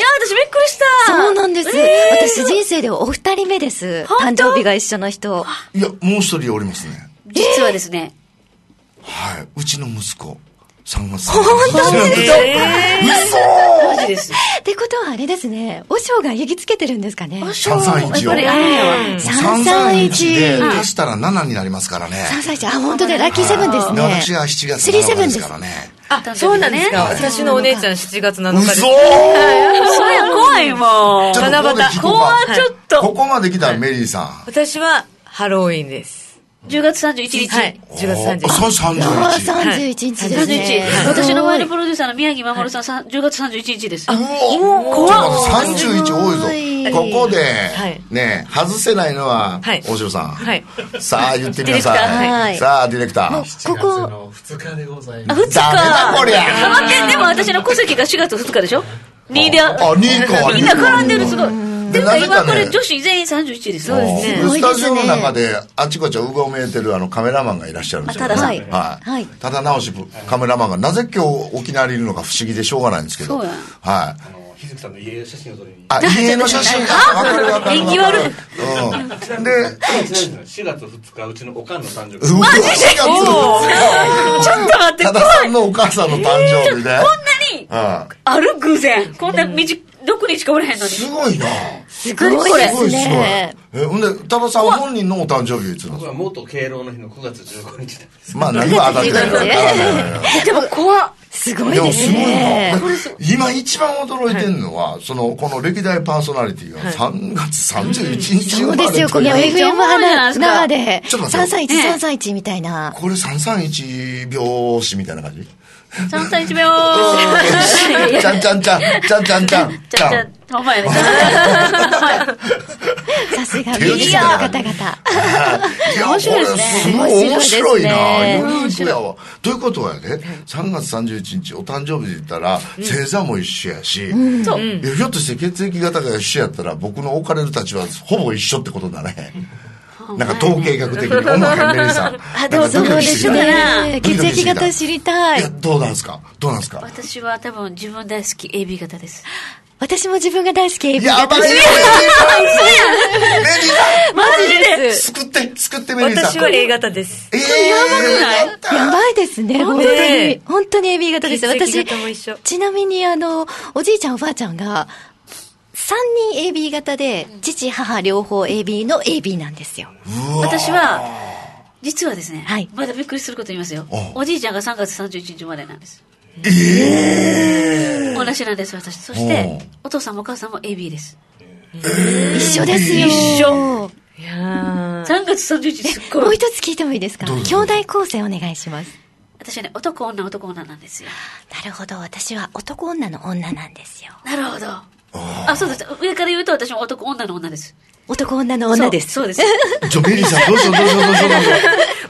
Speaker 1: した。
Speaker 3: そうなんです。
Speaker 1: えー
Speaker 3: 私人生でお二人目です。
Speaker 1: 本
Speaker 3: 誕
Speaker 1: 当
Speaker 3: 生日が一緒の人。
Speaker 2: いや、もう一人おりますね。
Speaker 1: 実はですね、
Speaker 2: はい。うちの息子、3月本当
Speaker 4: ええ
Speaker 1: マジです。
Speaker 3: ってことはあれですね、和尚が行きつけてるんですかね。
Speaker 2: 331
Speaker 1: やっぱ
Speaker 2: を
Speaker 1: りあれやわ。
Speaker 2: 331で
Speaker 3: 331
Speaker 2: 足したら7になりますからね。
Speaker 3: 3歳児、あ、本当だ、ラッキーセブンです
Speaker 2: で
Speaker 3: ね。
Speaker 2: 私は7月7日
Speaker 3: 37
Speaker 2: で
Speaker 3: ですす
Speaker 2: からね。
Speaker 4: あ、そうなんですか。
Speaker 1: はい
Speaker 4: 私のお姉ちゃん7月7日です。
Speaker 2: 嘘
Speaker 1: そりゃ怖いもん。
Speaker 2: ちょっとここで聞
Speaker 1: こ
Speaker 2: こう
Speaker 1: は
Speaker 2: か。
Speaker 1: ちょっ、
Speaker 2: ことこまで来たらメリーさ
Speaker 4: 私はハロウィンです。
Speaker 1: 10月31日。
Speaker 4: はい。10
Speaker 2: ん。
Speaker 4: 月31日。
Speaker 2: あそう
Speaker 3: あ
Speaker 2: 31。
Speaker 3: 31日です
Speaker 1: 31
Speaker 3: ね。
Speaker 1: 私の周りプロデューサーの宮城守さん、さん10月31日です。
Speaker 2: もう怖っ31多い
Speaker 3: す
Speaker 2: ぞ
Speaker 3: ごい
Speaker 2: ここで、
Speaker 4: い
Speaker 2: ね外せないのは、
Speaker 4: はい
Speaker 2: 大城さん、
Speaker 4: はい
Speaker 2: さあ言ってみなさ
Speaker 1: ディレクタ
Speaker 2: い、
Speaker 3: ーはい
Speaker 2: さあディレクター
Speaker 3: ここ、
Speaker 5: の2日でござい
Speaker 1: あ、
Speaker 5: ま
Speaker 1: 2
Speaker 5: す。
Speaker 1: 日。
Speaker 2: ダメだこりゃ
Speaker 1: 待って、でも私の戸籍が4月2日でしょ ?2 で、
Speaker 2: あ二か
Speaker 1: みんな絡んでる、すごい。でも
Speaker 2: なぜかね
Speaker 1: 今これ女子全員31です。そう
Speaker 4: ですね
Speaker 2: でスタジオの中であちこちうごめいてるあのカメラマンがいらっしゃるんですよ、
Speaker 1: あたださん
Speaker 2: はい
Speaker 3: はい
Speaker 2: ただ直しカメラマンがなぜ今日沖縄にいるのか不思議でしょうがないんですけど
Speaker 1: そうや
Speaker 2: はい
Speaker 5: あの、ひずきさんの家写真を撮りに。
Speaker 2: あ家の写真がわかるわかるわかる、うん、で
Speaker 5: 4月2日、うちのおかんの誕生日。
Speaker 2: うわ4月
Speaker 1: ちょっと待って、
Speaker 2: た
Speaker 1: こん
Speaker 2: ださんのお母さんの誕生日で、
Speaker 1: なにある偶然。こんな短6日しかおらへん
Speaker 2: う
Speaker 1: の
Speaker 2: ん、
Speaker 1: に。
Speaker 2: すごいな
Speaker 3: すごいです
Speaker 2: ごいすごい
Speaker 3: ね。
Speaker 2: えほんで多田さん本人のお誕生日いつなん
Speaker 5: 僕
Speaker 2: で
Speaker 5: は元敬老の日の9月15日だ。
Speaker 2: すかまあ何は当たってないから
Speaker 1: でも怖っ。
Speaker 3: すごい
Speaker 2: でも
Speaker 3: ですす
Speaker 2: ごいな
Speaker 3: ね。
Speaker 2: 今一番驚いてるのは、そのこの歴代パーソナリティが3月31日
Speaker 3: そ
Speaker 2: 生ま
Speaker 3: う
Speaker 2: れ
Speaker 3: ですよ、この
Speaker 2: という
Speaker 3: FM 花生で、
Speaker 2: ちょっと待って
Speaker 3: 331、331みたいな。
Speaker 2: これ331拍子みたいな感じ
Speaker 1: ちゃんと一秒。ち
Speaker 2: ちゃんちゃんちゃんちゃんちゃんちゃんち
Speaker 1: ゃんち
Speaker 2: ゃ
Speaker 1: ゃ
Speaker 2: ん
Speaker 1: ん、お前ね。ちゃんちゃんほんまや
Speaker 3: さすが、
Speaker 2: 手
Speaker 3: ミ
Speaker 2: 打ち
Speaker 3: リ
Speaker 2: だ
Speaker 3: アの
Speaker 2: な
Speaker 3: 方々。
Speaker 2: いや、こ
Speaker 1: 面
Speaker 2: れ
Speaker 1: 白いですね
Speaker 2: すごい面白いな。ユ
Speaker 1: 面白いですね
Speaker 2: ニークやわ。ということはね、3月31日お誕生日で言ったら、星座も一緒やし、
Speaker 1: そう。
Speaker 2: いやひょっとして血液型が一緒やったら、僕の置かれる立場はほぼ一緒ってことだね。なんか統計学的に、思うかメリーさん。
Speaker 1: あでも
Speaker 2: なんかドキドキして
Speaker 1: そうでしょう
Speaker 2: きた
Speaker 1: ね
Speaker 2: ドキドキ
Speaker 3: 血
Speaker 2: して
Speaker 3: 液
Speaker 2: きた
Speaker 3: 型知りた
Speaker 2: い
Speaker 3: い
Speaker 2: や、。どうなんですかどうなんですか
Speaker 1: 私は多分自分大好き AB 型です。
Speaker 3: 私も自分が大好き AB
Speaker 2: いや、暴
Speaker 3: 型
Speaker 2: れ
Speaker 3: で
Speaker 2: るメリー
Speaker 3: す。
Speaker 2: さんメリーさ
Speaker 1: マジで
Speaker 2: ん救って、救ってメリーさん。
Speaker 4: 私は A 型です。
Speaker 2: えー、やばく
Speaker 3: やばいですね、
Speaker 4: なん
Speaker 3: 本
Speaker 4: で
Speaker 3: 当に。本当に AB 型です。
Speaker 4: 血液
Speaker 3: 私
Speaker 4: 型も一緒、
Speaker 3: ちなみにあの、おじいちゃんおばあちゃんが、3人 AB 型で、父、母両方 AB の AB なんですよ。
Speaker 1: 私は、実はですね、
Speaker 3: はい
Speaker 1: まだびっくりすること言いますよ
Speaker 2: お。
Speaker 1: おじいちゃんが3月31日生まれなんです。同じなんです、私。そして、お父さんもお母さんも AB です。
Speaker 3: 一緒ですよ。
Speaker 1: 一緒。
Speaker 4: いや
Speaker 1: 3月31日すっ
Speaker 3: も
Speaker 1: ご
Speaker 3: う
Speaker 1: い。
Speaker 3: 一つ聞いてもいいですか兄弟構成お願いします。
Speaker 1: 私はね、男女男女なんですよ。
Speaker 3: なるほど、私は男女の女なんですよ。
Speaker 1: なるほど。あ、そうです。上から言うと私も男女の女です。
Speaker 3: 男女の女です。
Speaker 1: そうそうです。
Speaker 2: ないちょ、メリーさん、どうしよう、どうしよう、どうしよう、どうしよ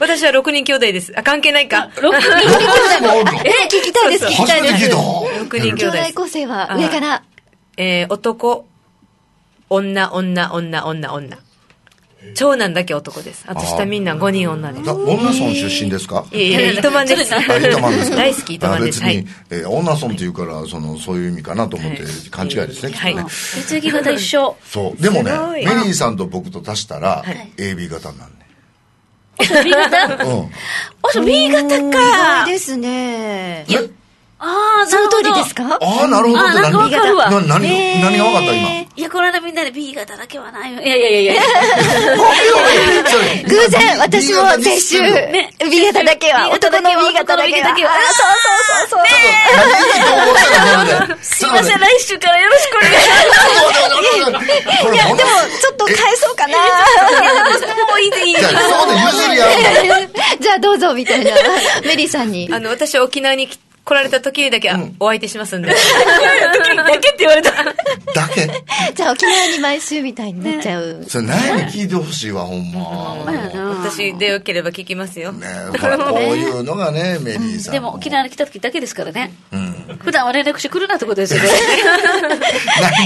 Speaker 2: う。
Speaker 4: 私は6人兄弟です。あ、関係ないか。
Speaker 1: 六人
Speaker 2: どうもあるの
Speaker 3: え、聞きたいです、聞き
Speaker 2: 初
Speaker 3: たい
Speaker 2: め
Speaker 3: で
Speaker 2: て聞い
Speaker 3: す
Speaker 2: た。
Speaker 4: 6人
Speaker 3: 兄
Speaker 4: 兄弟で
Speaker 3: 弟
Speaker 4: す。
Speaker 3: 構成は上から。
Speaker 4: えー、男、女、女、女、女、女。長男だけ男です。あと下みんな5人女です
Speaker 2: だ。女村出身ですか
Speaker 4: いえいえ、糸満です。
Speaker 2: あ糸満ですか
Speaker 4: 大好き糸満です。
Speaker 2: あ
Speaker 4: は
Speaker 2: 別
Speaker 4: い
Speaker 2: に。、えー、女村っていうから、その、そういう意味かなと思って、勘違いですね、きっと
Speaker 4: は い
Speaker 2: ね。
Speaker 1: 血液型一緒。
Speaker 2: そう。でもね
Speaker 4: すご、
Speaker 2: メ
Speaker 4: い
Speaker 2: リーさんと僕と足したら、AB 型になるね。
Speaker 1: おしょ B 型
Speaker 2: うん。
Speaker 1: おしょ B 型
Speaker 3: 意外
Speaker 1: か。
Speaker 3: ですね。
Speaker 2: え
Speaker 1: ああ、
Speaker 3: そ
Speaker 1: なるほど
Speaker 3: の通りですか
Speaker 2: ああ、なるほどって
Speaker 1: あなんかわかるわ
Speaker 2: な何、
Speaker 3: えー
Speaker 2: 何が分かった今。
Speaker 1: いや、この間みんなで B 型だけはないよ。いやいやいやいや。
Speaker 3: 偶然、私も先週、
Speaker 1: ね
Speaker 3: B 型だけは、
Speaker 1: B 型
Speaker 3: 男
Speaker 1: だけは
Speaker 3: の B 型だ
Speaker 1: 男
Speaker 3: けは。
Speaker 1: の B 型だけは
Speaker 3: あそうそうそうそう。
Speaker 1: すいません、来週からよろしくお願いし
Speaker 2: これ
Speaker 3: いや、
Speaker 2: ほん
Speaker 3: で
Speaker 2: と
Speaker 3: も、ちょっと返そうかな。
Speaker 1: ます。もういいでいい
Speaker 2: じゃあそこで譲り合うんだ
Speaker 3: じゃあどうぞ、みたいな。メリーさんに。
Speaker 4: あの、私は沖縄に来来られた時にだけあお相手しますんで。
Speaker 1: だけって言われた。
Speaker 2: だけ。
Speaker 3: じゃあ沖縄に毎週みたいになっちゃう。
Speaker 2: それ悩み聞いてほしいわ、ほんま。
Speaker 4: 私でよければ 聞きますよ。
Speaker 2: ね、ほらこういうのがね、メリーさん。
Speaker 1: でも沖縄に来た時だけですからね。
Speaker 2: うん。
Speaker 1: 普段は連絡してくるなってことですよね。
Speaker 2: なんで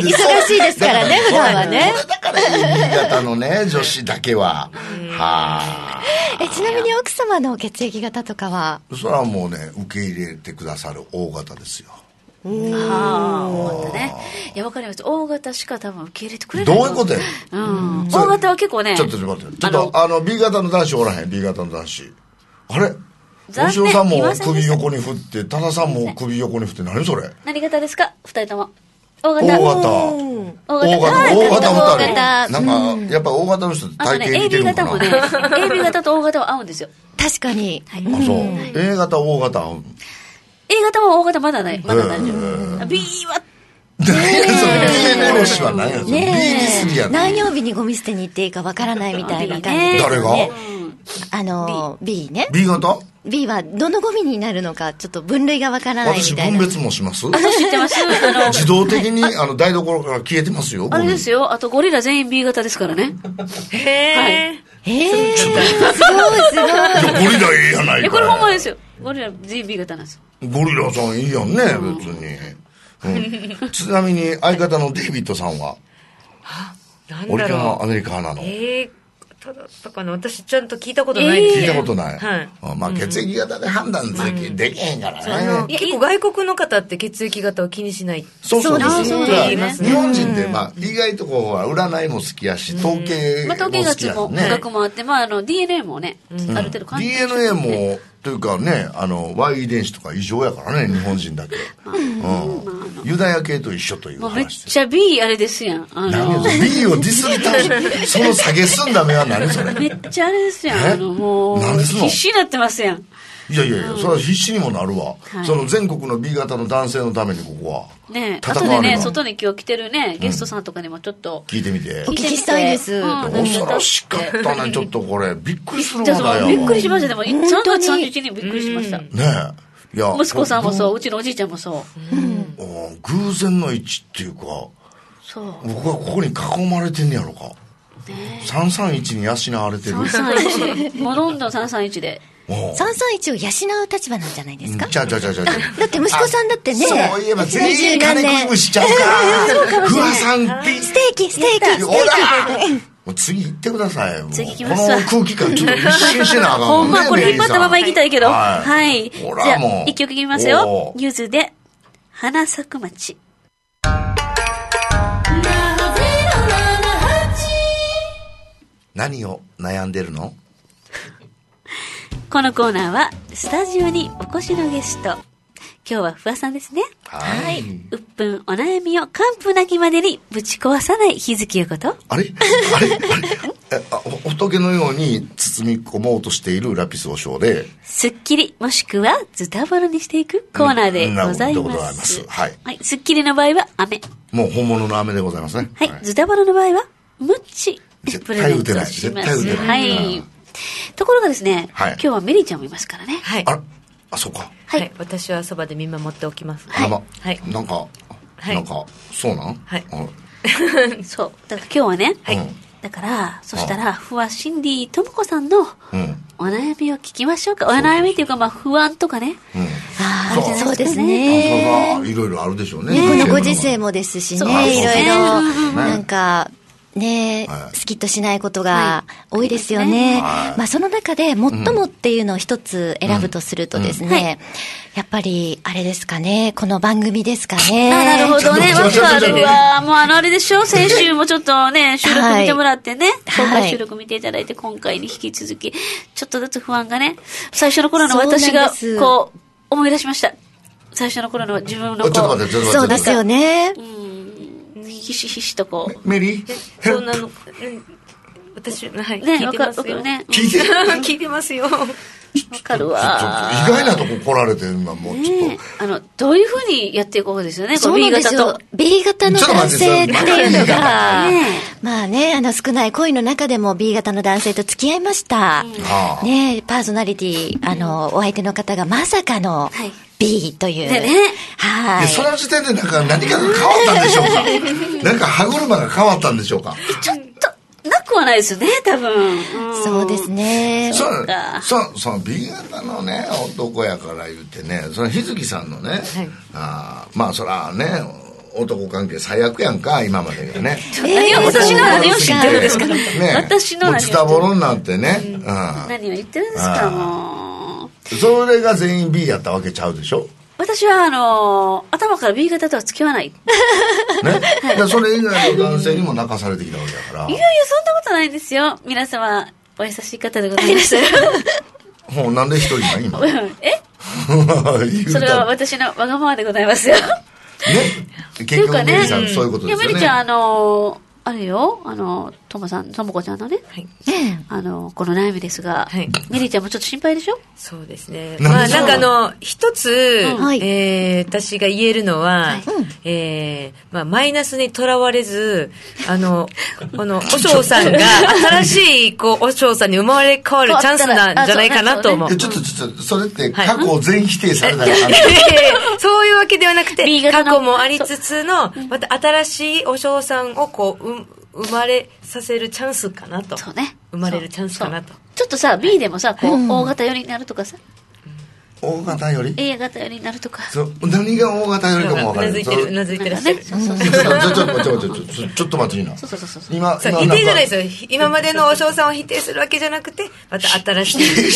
Speaker 3: 忙しいですからね
Speaker 2: だ
Speaker 3: 普段はね
Speaker 2: そうだから新潟のね、女子だけは。はあ。
Speaker 3: えちなみに奥様の血液型とかは
Speaker 2: それはもうね、受け入れてくださる大型ですよ。
Speaker 1: ああ、思ったね。いや、わかります。大型しか多分受け入れてくれない
Speaker 2: ど
Speaker 1: う
Speaker 2: いうことや
Speaker 1: うん。大型は結構ね。
Speaker 2: ちょっと待って。ちょっと、あの、B 型の男子おらへん、B 型の男子。あれ大塩さんも首横に振って、多田さんも首横に振って、何それ
Speaker 1: 何型ですか二人とも。大
Speaker 2: 大
Speaker 1: 型。
Speaker 2: 型。
Speaker 1: 大
Speaker 2: 大型、
Speaker 1: あー
Speaker 2: 大型
Speaker 1: 大
Speaker 2: 二人。なんか、やっぱ大型の人って
Speaker 1: あと
Speaker 2: 体
Speaker 1: ね、
Speaker 2: 型似て
Speaker 1: AB
Speaker 2: るの
Speaker 1: 型
Speaker 2: か
Speaker 1: もね、
Speaker 2: な。
Speaker 1: AB 型と O 型は合うんですよ。
Speaker 3: 確かに、
Speaker 2: あ、そう。A 型、O 型合う。
Speaker 1: A 型も O 型まだない、まだ大丈
Speaker 2: へ
Speaker 1: 夫。B は、
Speaker 2: 何やそれ、B 殺しは何やそれ。B にすぎやろ
Speaker 3: 何曜日にゴミ捨てに行っていいかわからないみたいな感じです、ね、
Speaker 2: 誰が
Speaker 3: あの B, ね
Speaker 2: ?B 型
Speaker 3: B はどのゴミになるのかちょっと分類がわからない
Speaker 2: 私
Speaker 3: みたい
Speaker 2: 分
Speaker 3: な
Speaker 2: 別もします
Speaker 1: 知ってますあの、
Speaker 2: 自動的に、あの、台所から消えてますよ、
Speaker 1: あれです
Speaker 2: よ。
Speaker 1: よ、あとゴリラ全員 B 型ですからね。
Speaker 4: へえ。
Speaker 3: ええー、すごいすごい
Speaker 2: いや、ゴリラええやないい
Speaker 1: や、
Speaker 2: か。
Speaker 1: これほんまですよ。ゴリラ全員 B 型なんですよ。
Speaker 2: ゴリラさんいいやんね、別に。うん、ちなみに相方のデイビッドさんは、
Speaker 4: なん
Speaker 2: オリ
Speaker 4: だ
Speaker 2: コン
Speaker 4: ろ
Speaker 2: は
Speaker 4: う。
Speaker 2: アメリカなの。聞
Speaker 4: ええただったかな私ちゃんと聞いたことないんで
Speaker 2: いたことない。
Speaker 4: はい
Speaker 2: あまあ、血液型で判断でき,、できへんから
Speaker 4: あの
Speaker 2: ね。
Speaker 4: 結構外国の方って血液型を気にしない
Speaker 2: そうそう
Speaker 1: そうですね
Speaker 2: だから
Speaker 1: 言いますね
Speaker 2: 日本人って、まあ、意外とこう、ほら占いも好きやし、統計も
Speaker 1: まあ、統計
Speaker 2: 好き
Speaker 1: 学
Speaker 2: や
Speaker 1: も、
Speaker 2: しね。
Speaker 1: 学もあって、まあ、あの、DNA もね、ある程度関係
Speaker 2: DNA も、というかね、あの、Y 遺伝子とか異常やからね、日本人だけ。うん。ユダヤ系と一緒という
Speaker 1: もうめっ
Speaker 2: 話です。
Speaker 1: ちゃ B あれですやん。あ
Speaker 2: 何
Speaker 1: の、
Speaker 2: それ B をディスり倒し、その下げすんだ目は何それ。
Speaker 1: めっちゃあれですやん。
Speaker 2: え
Speaker 1: あの、もう、
Speaker 2: 何ですの
Speaker 1: 必死になってますやん。
Speaker 2: いやいやいや、それは必死にもなるわ。
Speaker 1: はい
Speaker 2: その全国の B 型の男性のためにここは。
Speaker 1: ねあ
Speaker 2: 戦
Speaker 1: とで
Speaker 2: わね
Speaker 1: ね、
Speaker 2: ば
Speaker 1: 外に今日来てるね、ゲストさんとかにもちょっと。
Speaker 2: 聞いてみて
Speaker 3: お。聞きしたいです
Speaker 1: うん
Speaker 2: 恐ろしかったね、ちょっとこれ。びっくりする
Speaker 1: じゃあ
Speaker 2: わだ
Speaker 1: そ
Speaker 2: よ。
Speaker 1: のびっくりしました。でも、3月
Speaker 3: 当に
Speaker 1: 31日にびっくりしました。
Speaker 2: ねえ。いや、
Speaker 1: 息子さんも
Speaker 2: う。
Speaker 1: そう、うちのおじいちゃんもそう。
Speaker 2: うん偶然の一致っていうか、
Speaker 1: そう。
Speaker 2: 僕はここに囲まれてんねやろか。331に養われてる。
Speaker 1: 331。もうロンドン331で。
Speaker 2: うん
Speaker 3: 331を養う立場なんじゃないですか
Speaker 2: ちゃうちゃうちゃうちゃうちゃう。
Speaker 3: だって息子さんだってね
Speaker 2: あそういえば全員
Speaker 3: 20何
Speaker 2: 金
Speaker 3: 年
Speaker 2: 食い虫ちゃうか。不破さんって。
Speaker 3: ステーキステーキステ
Speaker 2: お
Speaker 3: ーキ
Speaker 2: らもう次行ってください。もう
Speaker 1: 次行き
Speaker 2: こ
Speaker 1: ま
Speaker 2: の
Speaker 1: すわ
Speaker 2: 空気感ちょっと一新してなあかん
Speaker 1: ほんま、これ
Speaker 2: メ
Speaker 1: 引
Speaker 2: リ
Speaker 1: っ
Speaker 2: ー
Speaker 1: 張
Speaker 2: さ
Speaker 1: ったまま行きたいけど。
Speaker 2: はい
Speaker 1: はい。じ
Speaker 2: ほ
Speaker 1: ゃ
Speaker 2: ら
Speaker 1: あ
Speaker 2: も、う
Speaker 1: 一曲いきますよ。ゆずで、花咲く街。
Speaker 2: 何を悩んでるの
Speaker 1: このコーナーは、スタジオにお越しのゲスト。今日は不破さんですね。。
Speaker 2: はい
Speaker 1: 鬱憤お悩みを完膚なきまでにぶち壊さない日月よこと。
Speaker 2: あれあれ あれえあお仏のように包み込もうとしているラピス和尚で、
Speaker 1: すっきり、もしくはズタボロにしていくコーナーでござい
Speaker 2: うんなるほどでござ
Speaker 1: ま。
Speaker 2: いますすはい
Speaker 1: すっきりの場合は雨。
Speaker 2: もう本物の飴でございますね。
Speaker 1: はい、
Speaker 2: はい
Speaker 1: ズタボロの場合は、ムッチで
Speaker 2: 絶
Speaker 1: プ
Speaker 2: 対
Speaker 1: レゼン
Speaker 2: 打てな
Speaker 1: ト
Speaker 2: い
Speaker 1: しま
Speaker 2: 絶
Speaker 1: す。
Speaker 2: 対打てな
Speaker 1: はいい
Speaker 2: うん。
Speaker 1: ところがですね、
Speaker 2: はい
Speaker 1: 今日はメリーちゃんもいますからね。
Speaker 4: はい
Speaker 2: あらあ、そうか。
Speaker 1: は
Speaker 4: はいい私はそばで見守っておきます
Speaker 2: あらま
Speaker 4: はい
Speaker 2: なんか、
Speaker 4: はい
Speaker 2: なんか、そうなん
Speaker 4: はい
Speaker 2: あ
Speaker 1: そう。だから今日はね、
Speaker 4: はい
Speaker 2: うん
Speaker 1: だから、そしたら、不破シンディともこさんの
Speaker 2: うん。
Speaker 1: お悩みを聞きましょうか。お悩みというか、まあ不安とかね。
Speaker 2: うん。
Speaker 3: あ
Speaker 2: そう
Speaker 3: あそうですね
Speaker 2: あそうかいろいろあるでしょうね。
Speaker 3: この
Speaker 2: 人生
Speaker 3: ご時世もですしね、い
Speaker 2: そう
Speaker 3: ろい
Speaker 2: そう
Speaker 3: ろ、
Speaker 2: ね
Speaker 3: なんか、ね
Speaker 2: はい
Speaker 3: スキッとしないことが多いですよね。
Speaker 2: はい
Speaker 3: まあ、その中で、最もっていうのを一つ選ぶとするとです
Speaker 1: うんうんは
Speaker 3: ね、やっぱり、あれですかね、この番組ですかね。
Speaker 1: あ、なるほどね。
Speaker 2: ちょ
Speaker 1: わ
Speaker 2: っと
Speaker 1: か
Speaker 2: 待って
Speaker 1: るわ。もうあの、あれでしょ先週もちょっとね、収録見てもらってね。
Speaker 3: はい
Speaker 1: 公開収録見ていただいて、今回に引き続き、ちょっとずつ不安がね、最初の頃の私が
Speaker 3: そうなんで、す
Speaker 1: こう、思い出しました。最初の頃の自分のこ
Speaker 2: あ
Speaker 1: う、
Speaker 2: ちょっと待って、ちょっと待って。
Speaker 3: そうですよね。
Speaker 1: うん、ひしひしとこう。
Speaker 2: メリーヘ
Speaker 4: そう
Speaker 2: ル
Speaker 4: な
Speaker 2: プ
Speaker 4: のうん私はい
Speaker 1: ね
Speaker 4: 聞いてます
Speaker 1: わか
Speaker 4: よ
Speaker 1: ねうん
Speaker 2: 聞いてる
Speaker 4: 聞いてますよ
Speaker 1: わかる
Speaker 2: ちょっと
Speaker 1: わ。
Speaker 2: 意外なとこ来られて今もうちょっ
Speaker 1: ねえあの、どういうふうにやっていこうですよね、こ
Speaker 3: そううな
Speaker 1: B
Speaker 3: んです
Speaker 1: 型と
Speaker 3: よ。。B 型の
Speaker 2: ちょっと
Speaker 3: 男
Speaker 2: 待って
Speaker 3: 性っていうの
Speaker 2: ちょっと
Speaker 3: が
Speaker 1: ね、
Speaker 3: まあね、あの少ない恋の中でも B 型の男性と付き合いました。
Speaker 2: ああ
Speaker 3: ね、パーソナリティ、あの、お相手の方がまさかの
Speaker 1: はい
Speaker 3: B という。
Speaker 1: でね
Speaker 3: は
Speaker 2: と
Speaker 3: い。
Speaker 2: その時点でなんか何かが変わったんでしょうかなんか歯車が変わったんでしょうか
Speaker 1: ちょっと、なくははないですよね、多分。ん
Speaker 3: そうです。ね。
Speaker 2: そ
Speaker 1: そう
Speaker 2: う
Speaker 1: か
Speaker 2: そうそう B 型のね男やから言ってねその日月さんのね、あーまあそらね男関係最悪やんか今までがね
Speaker 1: 何を私の何を知ってるんですか、
Speaker 2: ね
Speaker 1: 私の
Speaker 2: もう
Speaker 1: 何を知っ
Speaker 2: ズ
Speaker 1: て
Speaker 2: タ
Speaker 1: る
Speaker 2: ボロになってね、うん
Speaker 1: 何を言ってるんですか、もう。
Speaker 2: それが全員 B やったわけちゃうでしょ
Speaker 1: 私は、あのー頭から B 型とは付き合わない。いや
Speaker 2: ね、 だからそれ以外の男性にも泣かされてきたわけだから
Speaker 1: いや、そんなことないですよ。皆様、お優しい方でござい ます。
Speaker 2: もうなんで一人な ん今言
Speaker 1: え
Speaker 2: う
Speaker 1: それ
Speaker 2: た
Speaker 1: は
Speaker 2: ね
Speaker 1: 私のわがままでございますよ。
Speaker 2: 結局メリさ
Speaker 1: うん
Speaker 2: んそういうこと
Speaker 1: い
Speaker 2: で
Speaker 1: や、
Speaker 2: す
Speaker 1: メリ
Speaker 2: よね
Speaker 1: ちゃん、あのーあれよ、あのー、ともさん、ともこちゃんのね、
Speaker 4: はい。
Speaker 1: あのーこの悩みですが、
Speaker 4: はい
Speaker 1: メリちゃんもちょっと心配でしょ
Speaker 4: そうですね。ま
Speaker 2: なん
Speaker 4: あ
Speaker 2: で
Speaker 4: なんかあの、一つ、
Speaker 1: うん
Speaker 3: はい
Speaker 4: えー私が言えるのは、えーまあマイナスにとらわれず、あの、 この、お嬢さんが、新しい、こう、お嬢さんに生まれ変わるチャンスなんじゃないかなと思う
Speaker 2: いや。ちょっとちょっとそれって過去を全否定されたらあかん
Speaker 4: いやいやいや そういうわけではなくて
Speaker 1: B、型
Speaker 4: 過
Speaker 1: の
Speaker 4: 去もありつつの、また新しいお嬢さんをこう、うん生まれさせるチャンスかなと。
Speaker 1: そうね。
Speaker 4: 生まれるチャンスかなと
Speaker 1: そう。ちょっとさ、B でもさ、こう、大型寄りになるとかさ、
Speaker 2: 大型より
Speaker 1: A 型寄りになるとか。
Speaker 2: そう何が大型よりかも
Speaker 4: う
Speaker 2: 分か
Speaker 4: な
Speaker 2: る
Speaker 4: ずいてる、うなずいてらっしゃる。
Speaker 1: そうそう
Speaker 2: ちょっとちょっとちょっとちょっとちょっとちょっと待っていいな
Speaker 1: そうそうそうそう。
Speaker 2: 今
Speaker 4: そう
Speaker 2: 今
Speaker 4: 否定じゃない
Speaker 2: んか
Speaker 4: ですよ。今までのお嬢さんを否定するわけじゃなくて、また 新しい。
Speaker 2: 新しいって言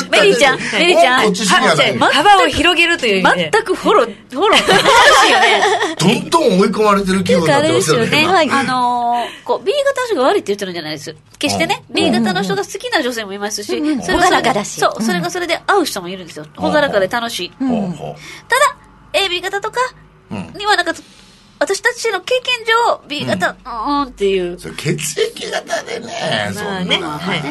Speaker 2: った
Speaker 1: メリちゃん
Speaker 2: もう
Speaker 1: メリちゃん
Speaker 2: こっち好きやない
Speaker 4: 幅幅を広げるという意味で
Speaker 1: 全。くフォロー、フォローって難しいよね。
Speaker 2: どんどん追い込まれてる気
Speaker 1: な
Speaker 2: 分
Speaker 1: ん
Speaker 2: に
Speaker 1: か
Speaker 2: な
Speaker 1: あ
Speaker 2: って
Speaker 1: れ
Speaker 2: ま
Speaker 1: ですすよ
Speaker 2: よ
Speaker 1: ね、
Speaker 2: ね
Speaker 1: あのーこう、B 型の人が悪いって言ってるんじゃないです。決してね、
Speaker 2: うん
Speaker 1: B 型の人が好きな女性もいますし、それが
Speaker 3: ほがらかだし
Speaker 1: そう、それがそれで合う人もいるんですよ。ほがらかで楽しい。ただ、
Speaker 2: ほうほ
Speaker 1: AB 型とか
Speaker 2: うん
Speaker 1: にはなんか、私たちの経験上、B 型、うーんっていう
Speaker 2: う。それ血液型でねそん
Speaker 4: ま
Speaker 2: な
Speaker 4: あね、
Speaker 2: な
Speaker 4: はい。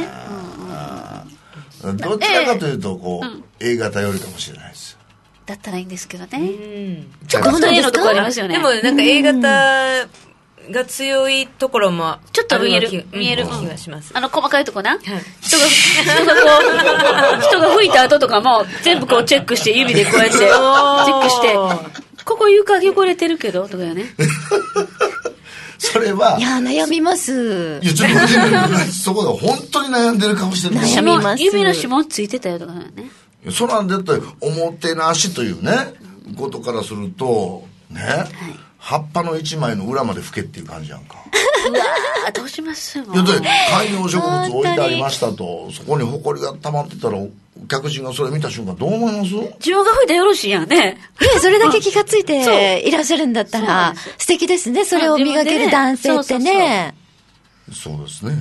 Speaker 2: どちらかというとこう A 型よりかもしれないですよ
Speaker 1: だったらいいんですけどね。
Speaker 4: うん
Speaker 2: ちょ
Speaker 1: 本当に
Speaker 3: そ
Speaker 1: A の
Speaker 3: うなんですか
Speaker 1: とこありますよね。
Speaker 4: でもなんか A 型が強いところも、
Speaker 1: ちょっと見える見える
Speaker 4: 気がします。
Speaker 1: あの、細かいとこな。人
Speaker 4: はい
Speaker 1: が、人がこう、人が吹いた後とかも、全部こうチェックして、指でこうやって、チェックして、ここ床汚れてるけど、とかよね。
Speaker 2: それはい
Speaker 3: や、悩みます
Speaker 2: い。やちょっと藤森君 そこで本当に悩んでる顔してる
Speaker 3: 悩
Speaker 1: 指
Speaker 3: み
Speaker 1: 紋
Speaker 3: ます
Speaker 1: 指の指紋ついてたよとかよね。
Speaker 2: そら絶対おもてなしというねことからするとね、葉っぱの一枚の裏まで吹けっていう感じやんか
Speaker 1: うわー、どうしますも
Speaker 2: いや
Speaker 1: う。
Speaker 2: だって観葉植物置いてありましたとそこにホコリが溜まってたらお客人がそれ見た瞬間どう思います
Speaker 1: 自分が吹いたらよろしいやんね。
Speaker 3: ね、それだけ気がつい
Speaker 1: そう
Speaker 3: ていらっしゃるんだったら、素敵ですね。それを磨ける男性ってね。
Speaker 2: そうですね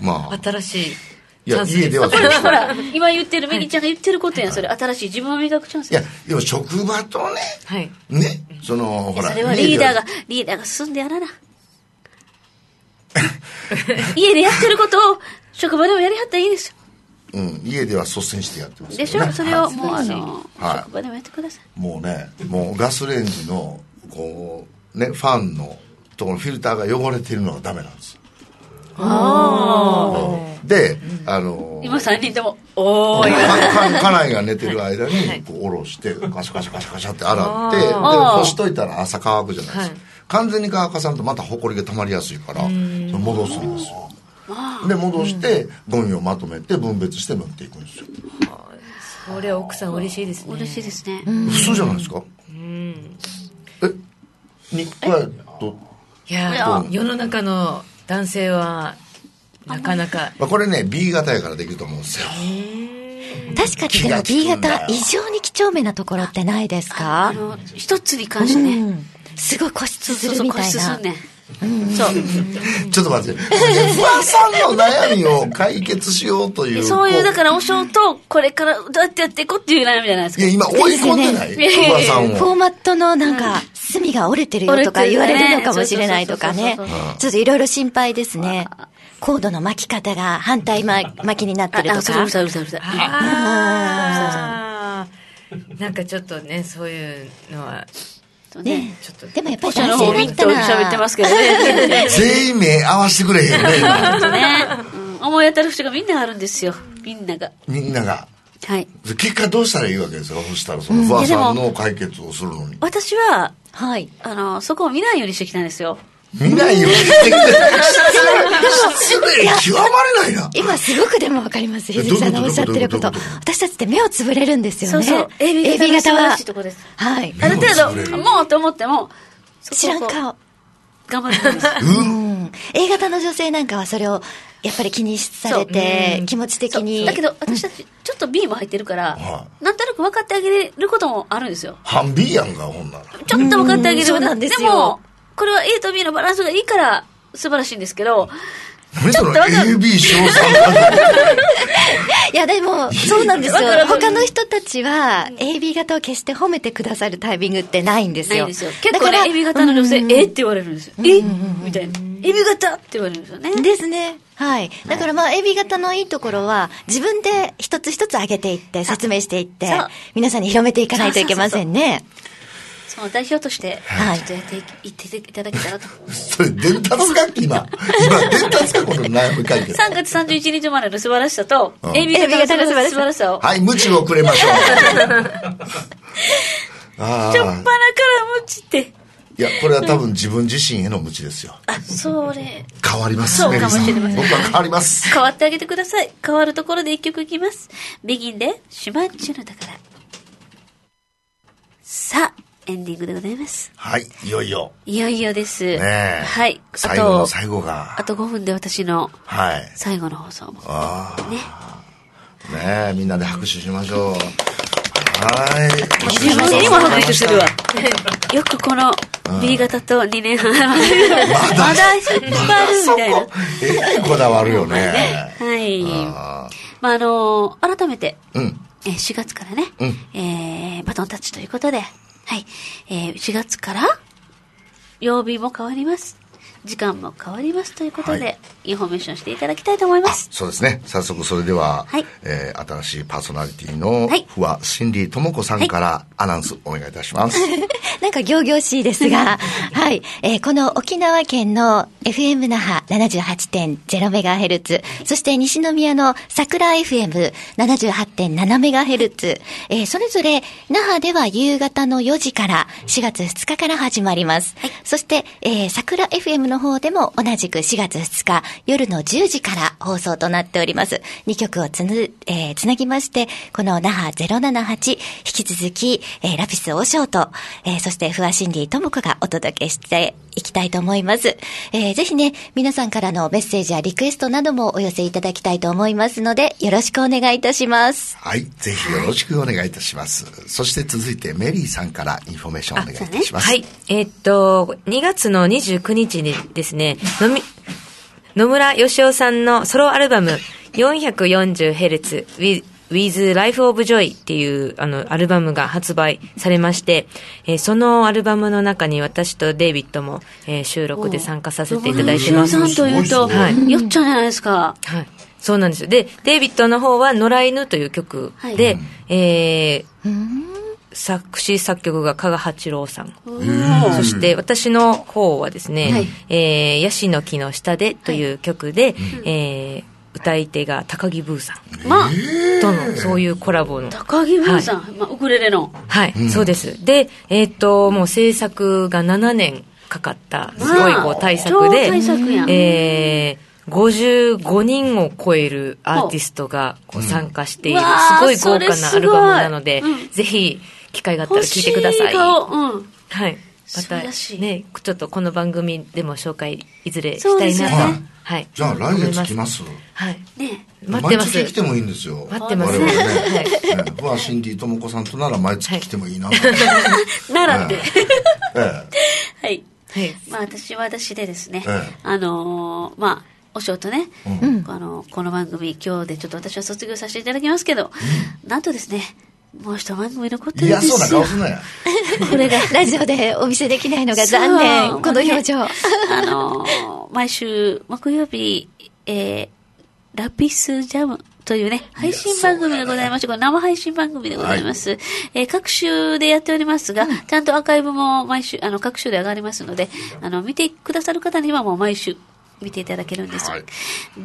Speaker 2: まあ
Speaker 4: 新しい。
Speaker 2: いや
Speaker 4: チャンスです
Speaker 2: 家ではそう
Speaker 1: これ
Speaker 2: で
Speaker 1: ね、
Speaker 2: す
Speaker 1: ほら、今言ってる、メリちゃんが言ってることやん、それ。新しい自分を磨くチャンス
Speaker 2: いやでも職場とね
Speaker 4: はい。
Speaker 2: ねそのほら
Speaker 1: それはリーダーが
Speaker 2: 家では、
Speaker 1: リーダーが進んでや らな。家でやってることを、職場でもやりはったらいいですよ。
Speaker 2: うん家では率先してやってますよ
Speaker 1: で
Speaker 2: ね
Speaker 1: しょそれをもうあの、
Speaker 2: はい
Speaker 1: 職場でもやってください。
Speaker 2: もうね、もうガスレンジの、こう、ね、ファンのところのフィルターが汚れてるのがダメなんですよ。で、あの、
Speaker 1: 今3人とも、
Speaker 4: おー
Speaker 2: か
Speaker 4: い。
Speaker 2: か家内が寝てる間にこう下ろしてガシャガシャガシャガシャって洗ってで
Speaker 1: あー
Speaker 2: 干しといたら朝乾くじゃないですか、
Speaker 4: はい
Speaker 2: 完全に乾かさんとまたほこりが溜まりやすいからそれ戻すんですよで戻してゴミをまとめて分別して持っていくんですよ
Speaker 4: これは奥さん嬉しいですね。
Speaker 1: 嬉しいですね。
Speaker 2: 普通じゃないですかえにこれと
Speaker 4: いや、世の中の男性は、なかなか、
Speaker 2: まあ、これね B 型やからできると思うんですよ
Speaker 3: 確かに
Speaker 2: 気
Speaker 3: で
Speaker 2: が
Speaker 3: も
Speaker 2: 利くんだよ
Speaker 3: B 型、異常に几帳面なところってないですか
Speaker 1: あの、一つに関して
Speaker 3: う
Speaker 1: ね、
Speaker 3: んすごい固
Speaker 1: そ
Speaker 3: 執
Speaker 1: う
Speaker 3: す
Speaker 1: そう
Speaker 3: る
Speaker 1: そう、
Speaker 3: み
Speaker 1: 個
Speaker 3: たい
Speaker 1: 室す。
Speaker 3: なん
Speaker 1: ねん。そう。
Speaker 2: ちょっと待って不破さんの悩みを解決しようという
Speaker 1: そういう、だからら、お正と、これから、どうやってやっていこうっていう悩みじゃないです
Speaker 2: い
Speaker 1: か
Speaker 2: や。今追い込んでない
Speaker 1: ですよね
Speaker 2: 不破さん
Speaker 3: フォ
Speaker 2: を
Speaker 3: ーマットのなんか、隅が折れてるよとか言われるのかもしれないとかね
Speaker 1: 折れてるよねそうそうそう。
Speaker 3: ちょっといろいろ心配ですね。コードの巻き方が反対巻きになって
Speaker 1: あ、
Speaker 3: ると
Speaker 1: あそうう
Speaker 3: か
Speaker 1: る。さい、うるさい、うるさい。
Speaker 4: あーなんかちょっとね、そういうのは、
Speaker 1: そうね。
Speaker 4: ちょっと。
Speaker 3: でもやっぱり
Speaker 1: あ
Speaker 3: 男
Speaker 1: の、
Speaker 3: 性
Speaker 1: 本
Speaker 3: だった
Speaker 1: 当に喋
Speaker 3: ら
Speaker 1: って、ますけど ね。
Speaker 2: 全員目合わせてくれへんよね今
Speaker 1: そうね。うん思い当たる節がみんなあるんですよ。みんなが。
Speaker 2: みんなが
Speaker 1: はい。
Speaker 2: 結果どうしたらいいわけですよそしたらその不破さんの解決をするのに
Speaker 1: 私は、
Speaker 3: はい。
Speaker 1: あの、そこを見ないようにしてきたんですよ。
Speaker 2: 見ないようにしてきて、失礼、失礼極まれないな。
Speaker 3: 今すごくでもわかります。ひずきさんのおっしゃっ
Speaker 2: ど
Speaker 3: てるこ
Speaker 2: ういうこと
Speaker 3: と
Speaker 2: どういうこ。
Speaker 3: 私たちって目をつぶれるんですよ
Speaker 1: そう
Speaker 3: ね。
Speaker 1: そう。AB 型
Speaker 3: AB
Speaker 1: の素
Speaker 3: 型
Speaker 1: 晴
Speaker 3: は
Speaker 1: らしい。とこです。
Speaker 3: はい。
Speaker 1: ある程度、
Speaker 2: うん
Speaker 1: もうと思っても、そこ
Speaker 3: 知らん
Speaker 1: そこ
Speaker 3: 顔。
Speaker 1: 頑張ってるんです。
Speaker 3: うん。A 型の女性なんかはそれを、やっぱり気にされて、気持ち的に。
Speaker 1: だけど、私たち、ちょっと B も入ってるから、
Speaker 2: は
Speaker 1: なんとなく分かってあげることもあるんですよ。
Speaker 2: 半 B やんか、ほんなら。
Speaker 1: ちょっと分かってあげ
Speaker 3: うん
Speaker 1: る
Speaker 3: そうなんですよ
Speaker 1: も、これは A と B のバランスがいいから、素晴らしいんですけど、
Speaker 2: 何その
Speaker 1: ちょっとわか
Speaker 2: AB 賞賛
Speaker 3: いやでも、そうなんですよ
Speaker 1: わかるわ。かる
Speaker 3: 他の人たちは、AB 型を決して褒めてくださるタイミングってないんです
Speaker 1: ない
Speaker 3: よ。
Speaker 1: んですよ。結構ね
Speaker 3: だか、ら
Speaker 1: AB 型の女性、えって言われるんですよ。えみたいな。AB 型って言われるんですよね。
Speaker 3: ですね。はい。だからまあ、AB 型のいいところは、自分で一つ一つ上げていって、説明していって
Speaker 1: そう、
Speaker 3: 皆さんに広めていかないといけませんね。
Speaker 1: その代表として、
Speaker 3: はい
Speaker 1: ちょっとやっていいっていただけたらと。
Speaker 2: それ、伝達か今。今、伝達かこの悩み解決。
Speaker 1: 3月31日までの素晴らしさと、
Speaker 2: うん
Speaker 1: AB 型の素晴らしさを、
Speaker 2: はい、無知をくれま しょう。あ
Speaker 1: ちょっぱな
Speaker 2: あ。
Speaker 1: から無知って。
Speaker 2: いや、これは多分自分自身への無知ですよ。
Speaker 1: あ、それ。
Speaker 2: 変わります、
Speaker 1: そう
Speaker 2: メリーさん。
Speaker 1: かもしれ
Speaker 2: 僕
Speaker 1: ません
Speaker 2: は変わります。
Speaker 1: 変わってあげてください。変わるところで一曲いきます。ビギンで、シュマンチュの宝。さあ、エンディングでございます。
Speaker 2: はい、いよいよ。
Speaker 1: いよいよです。
Speaker 2: ねえ。
Speaker 1: はい。あ
Speaker 2: 最後の
Speaker 1: と、
Speaker 2: 最後が
Speaker 1: あ。と5分で私の
Speaker 2: はい。
Speaker 1: 最後の放送も。
Speaker 2: あ
Speaker 1: ね。
Speaker 2: あ。ねえ、みんなで拍手しましょう。はい。
Speaker 1: 自分にも拍手してるわ。 よくこの B 型と2年半。まだ引っ張るみたいな。
Speaker 2: えらいこだわるよね。
Speaker 1: はい。
Speaker 2: あ
Speaker 1: まあ、あの改めて、
Speaker 2: あうん。
Speaker 1: えー4月からね、
Speaker 2: うん
Speaker 1: えーバトンタッチということで、はい、えー4月から、曜日も変わります。時間も変わりますということで、
Speaker 2: は
Speaker 1: インフォメーションしていただきたいと思います。
Speaker 2: そうですね。早速それでは、
Speaker 1: はい
Speaker 2: えー新しいパーソナリティの
Speaker 1: はい
Speaker 2: 不破心理智子さんからアナウンスお願いいたし ます。
Speaker 3: なんか行々しいですが、はい、えーこの沖縄県の FM 那覇78.0メガヘルツ、そして西宮の桜 FM78.7 メガヘルツ、えーそれぞれ那覇では夕方の4時から4月2日から始まります。そして、えー桜 FM の方でも同じく4月2日夜の10時から放送となっております。2曲をつぬ、えーつなぎまして、この那覇078、引き続き、えーラピス王将と、えーそして、不破心理智子がお届けしていきたいと思います。えーぜひね、皆さんからのメッセージやリクエストなどもお寄せいただきたいと思いますので、よろしくお願いいたします。
Speaker 2: はい。ぜひよろしくお願いいたします。そして続いてメリーさんからインフォメーションお願いいたします。
Speaker 4: はい。えーっと、2月の29日にですね、のみ野村義雄さんのソロアルバム 440Hz with, with Life of Joy っていうあのアルバムが発売されまして、えーそのアルバムの中に私とデイビッドも、えー収録で参加させていただいてます。
Speaker 1: なんというと、
Speaker 4: はい
Speaker 1: よっちゃんじゃないですか。
Speaker 4: はい。そうなんですよ。で、デイビッドの方は、野良犬という曲
Speaker 1: はい
Speaker 4: で、えー、作詞作曲が加賀八郎さん。そして、私の方はですね、
Speaker 1: はい
Speaker 4: えー、ヤシの木の下でという曲で、えー、歌い手が高木ブーさん
Speaker 1: まあ、
Speaker 4: との、そういうコラボの。
Speaker 1: 高木文さん、まあ、ウクレレの。
Speaker 4: はい、そうです。で、えっ、と、もう制作が7年かかった、すごいこ
Speaker 1: まあ
Speaker 4: う対策で、
Speaker 1: 超大作やん
Speaker 4: えー55人を超えるアーティストがこう参加している、
Speaker 1: うわー
Speaker 4: すごい豪華なアルバムなので、
Speaker 1: それすごいうん
Speaker 4: ぜひ、機会があったら
Speaker 1: 欲
Speaker 4: 聞い
Speaker 1: して
Speaker 4: ください。
Speaker 1: 顔。うん。
Speaker 4: はい。ま
Speaker 1: 素
Speaker 4: た
Speaker 1: 晴らしい、
Speaker 4: ね、ちょっとこの番組でも紹介、いずれし
Speaker 1: そう
Speaker 4: た
Speaker 1: で
Speaker 4: い
Speaker 1: すよ
Speaker 4: な
Speaker 1: ね
Speaker 4: と。はい。
Speaker 2: じゃあ来月
Speaker 4: 思
Speaker 2: 来
Speaker 4: い
Speaker 2: ます。
Speaker 4: はい。
Speaker 1: ね
Speaker 4: 待ってま
Speaker 2: 毎月来て
Speaker 4: す。
Speaker 2: もいいんですよ。
Speaker 4: 待ってます
Speaker 2: 我々ね
Speaker 4: はい
Speaker 2: ね不破心理智子さんとなら毎月来てもいいなと。
Speaker 1: ならって。
Speaker 2: ええ
Speaker 1: はい。
Speaker 4: はい。
Speaker 1: まあ私は私でですね、
Speaker 2: ええ
Speaker 1: あのーまあ、お仕事ね、
Speaker 2: う
Speaker 1: あの、この番組、今日でちょっと私は卒業させていただきますけど、なんとですね、もう一番組残ってるんで
Speaker 2: 嫌
Speaker 1: すよ。
Speaker 2: そう な顔すん なや。
Speaker 1: これが。
Speaker 3: ラジオでお見せできないのが
Speaker 1: そう
Speaker 3: 残念。この表情。
Speaker 1: もうねあのー毎週木曜日、えー、ラピスジャムというね、配信番組でございまして、これ生配信番組でございます。えー各週でやっておりますが、ちゃんとアーカイブも毎週、あの、各週で上がりますので、あの、見てくださる方にはもう毎週。見ていただけるんです、
Speaker 2: はい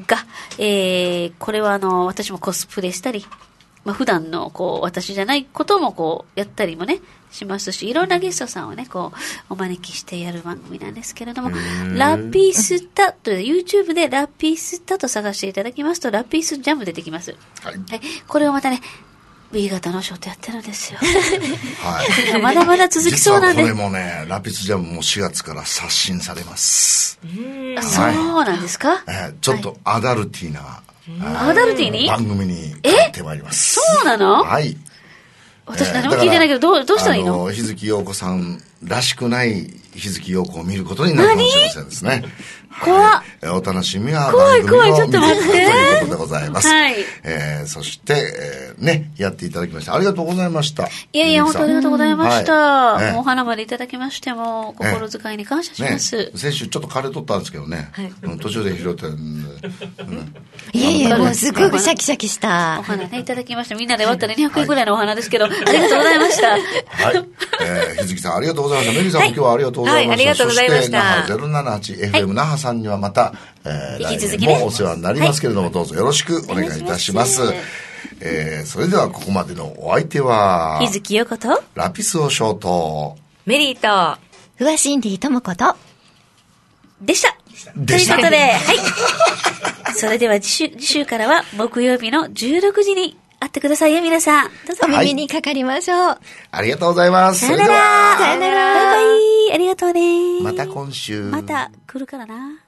Speaker 1: が、えーこれはあの、私もコスプレしたり、まあ、普段の、こう、私じゃないことも、こう、やったりもね、しますし、いろんなゲストさんをね、こう、お招きしてやる番組なんですけれども、ラピスタという YouTube でラピスタと探していただきますと、ラピスジャム出てきます。
Speaker 2: はい
Speaker 1: はい。これをまたね、B 型のショートやってるんですよ。
Speaker 2: はい。
Speaker 1: まだまだ続きそうなんで
Speaker 2: 実はこれもね、ラピスジャムも4月から刷新されます。
Speaker 1: あそうなんですか、
Speaker 2: えーちょっとアダルティーな、
Speaker 1: アダルティーに
Speaker 2: 番組に変ってまいります。
Speaker 1: そうなの
Speaker 2: はい。
Speaker 1: 私
Speaker 2: えー
Speaker 1: 何も聞いてないけど、どう、どうしたらいい
Speaker 2: あ
Speaker 1: の
Speaker 2: 日月陽子さんらしくない日月陽子を見ることになるかもしれませんですね。
Speaker 1: 怖っ
Speaker 2: えーお楽しみは
Speaker 1: 怖
Speaker 2: 番
Speaker 1: い
Speaker 2: 組の
Speaker 1: 怖いちょっと待って
Speaker 2: 見ていただくということでございます。
Speaker 1: はい
Speaker 2: えーそして、えーね、やっていただきました。ありがとうございました。
Speaker 1: いやいや、
Speaker 2: ゆ
Speaker 1: 本
Speaker 2: き
Speaker 1: 当
Speaker 2: さん
Speaker 1: ありがとうございました。
Speaker 2: はいね
Speaker 1: もうお花までいただきましても、
Speaker 2: ええ
Speaker 1: 心遣いに感謝しま
Speaker 2: ね、
Speaker 1: す。
Speaker 2: 先週ちょっと枯れとったんですけどね、
Speaker 4: はい
Speaker 2: うん途中で拾って、うん
Speaker 3: いえいえ、もうすご くシャキシャキし
Speaker 1: お
Speaker 3: た。
Speaker 1: 花ね、いただきました。みんなで割ったら200円ぐらいのお花ですけど、ありがとうございました。
Speaker 2: はい。えー、日月さんありがとうございました。メリーさんも今日はありがとうございました。
Speaker 4: はいありがとうございました
Speaker 2: そして、那覇 078FM 那覇さんにはまた、えー、
Speaker 1: 引き
Speaker 2: 来
Speaker 1: 続
Speaker 2: 年
Speaker 1: きね
Speaker 2: もお世話になりますけれども、どうぞよろしくお願いいたします。
Speaker 1: お願いし
Speaker 2: えー、それではここまでのお相手は、
Speaker 1: 日月よこと、
Speaker 2: ラピスをショート
Speaker 4: メリーと、
Speaker 3: ふわしんでいともこと。
Speaker 1: でした。と
Speaker 2: で
Speaker 1: いう
Speaker 2: した
Speaker 1: ことで、はい。それでは次週、次週からは木曜日の16時に会ってくださいよ、皆さん。どうぞ
Speaker 3: お。耳にかかりましょう。
Speaker 2: ありがとうございます。
Speaker 1: さよ
Speaker 2: そ
Speaker 1: な
Speaker 2: れでは
Speaker 1: ら。さよなら。バイバイ。ありがとうね。
Speaker 2: また今週。
Speaker 1: また来るからな。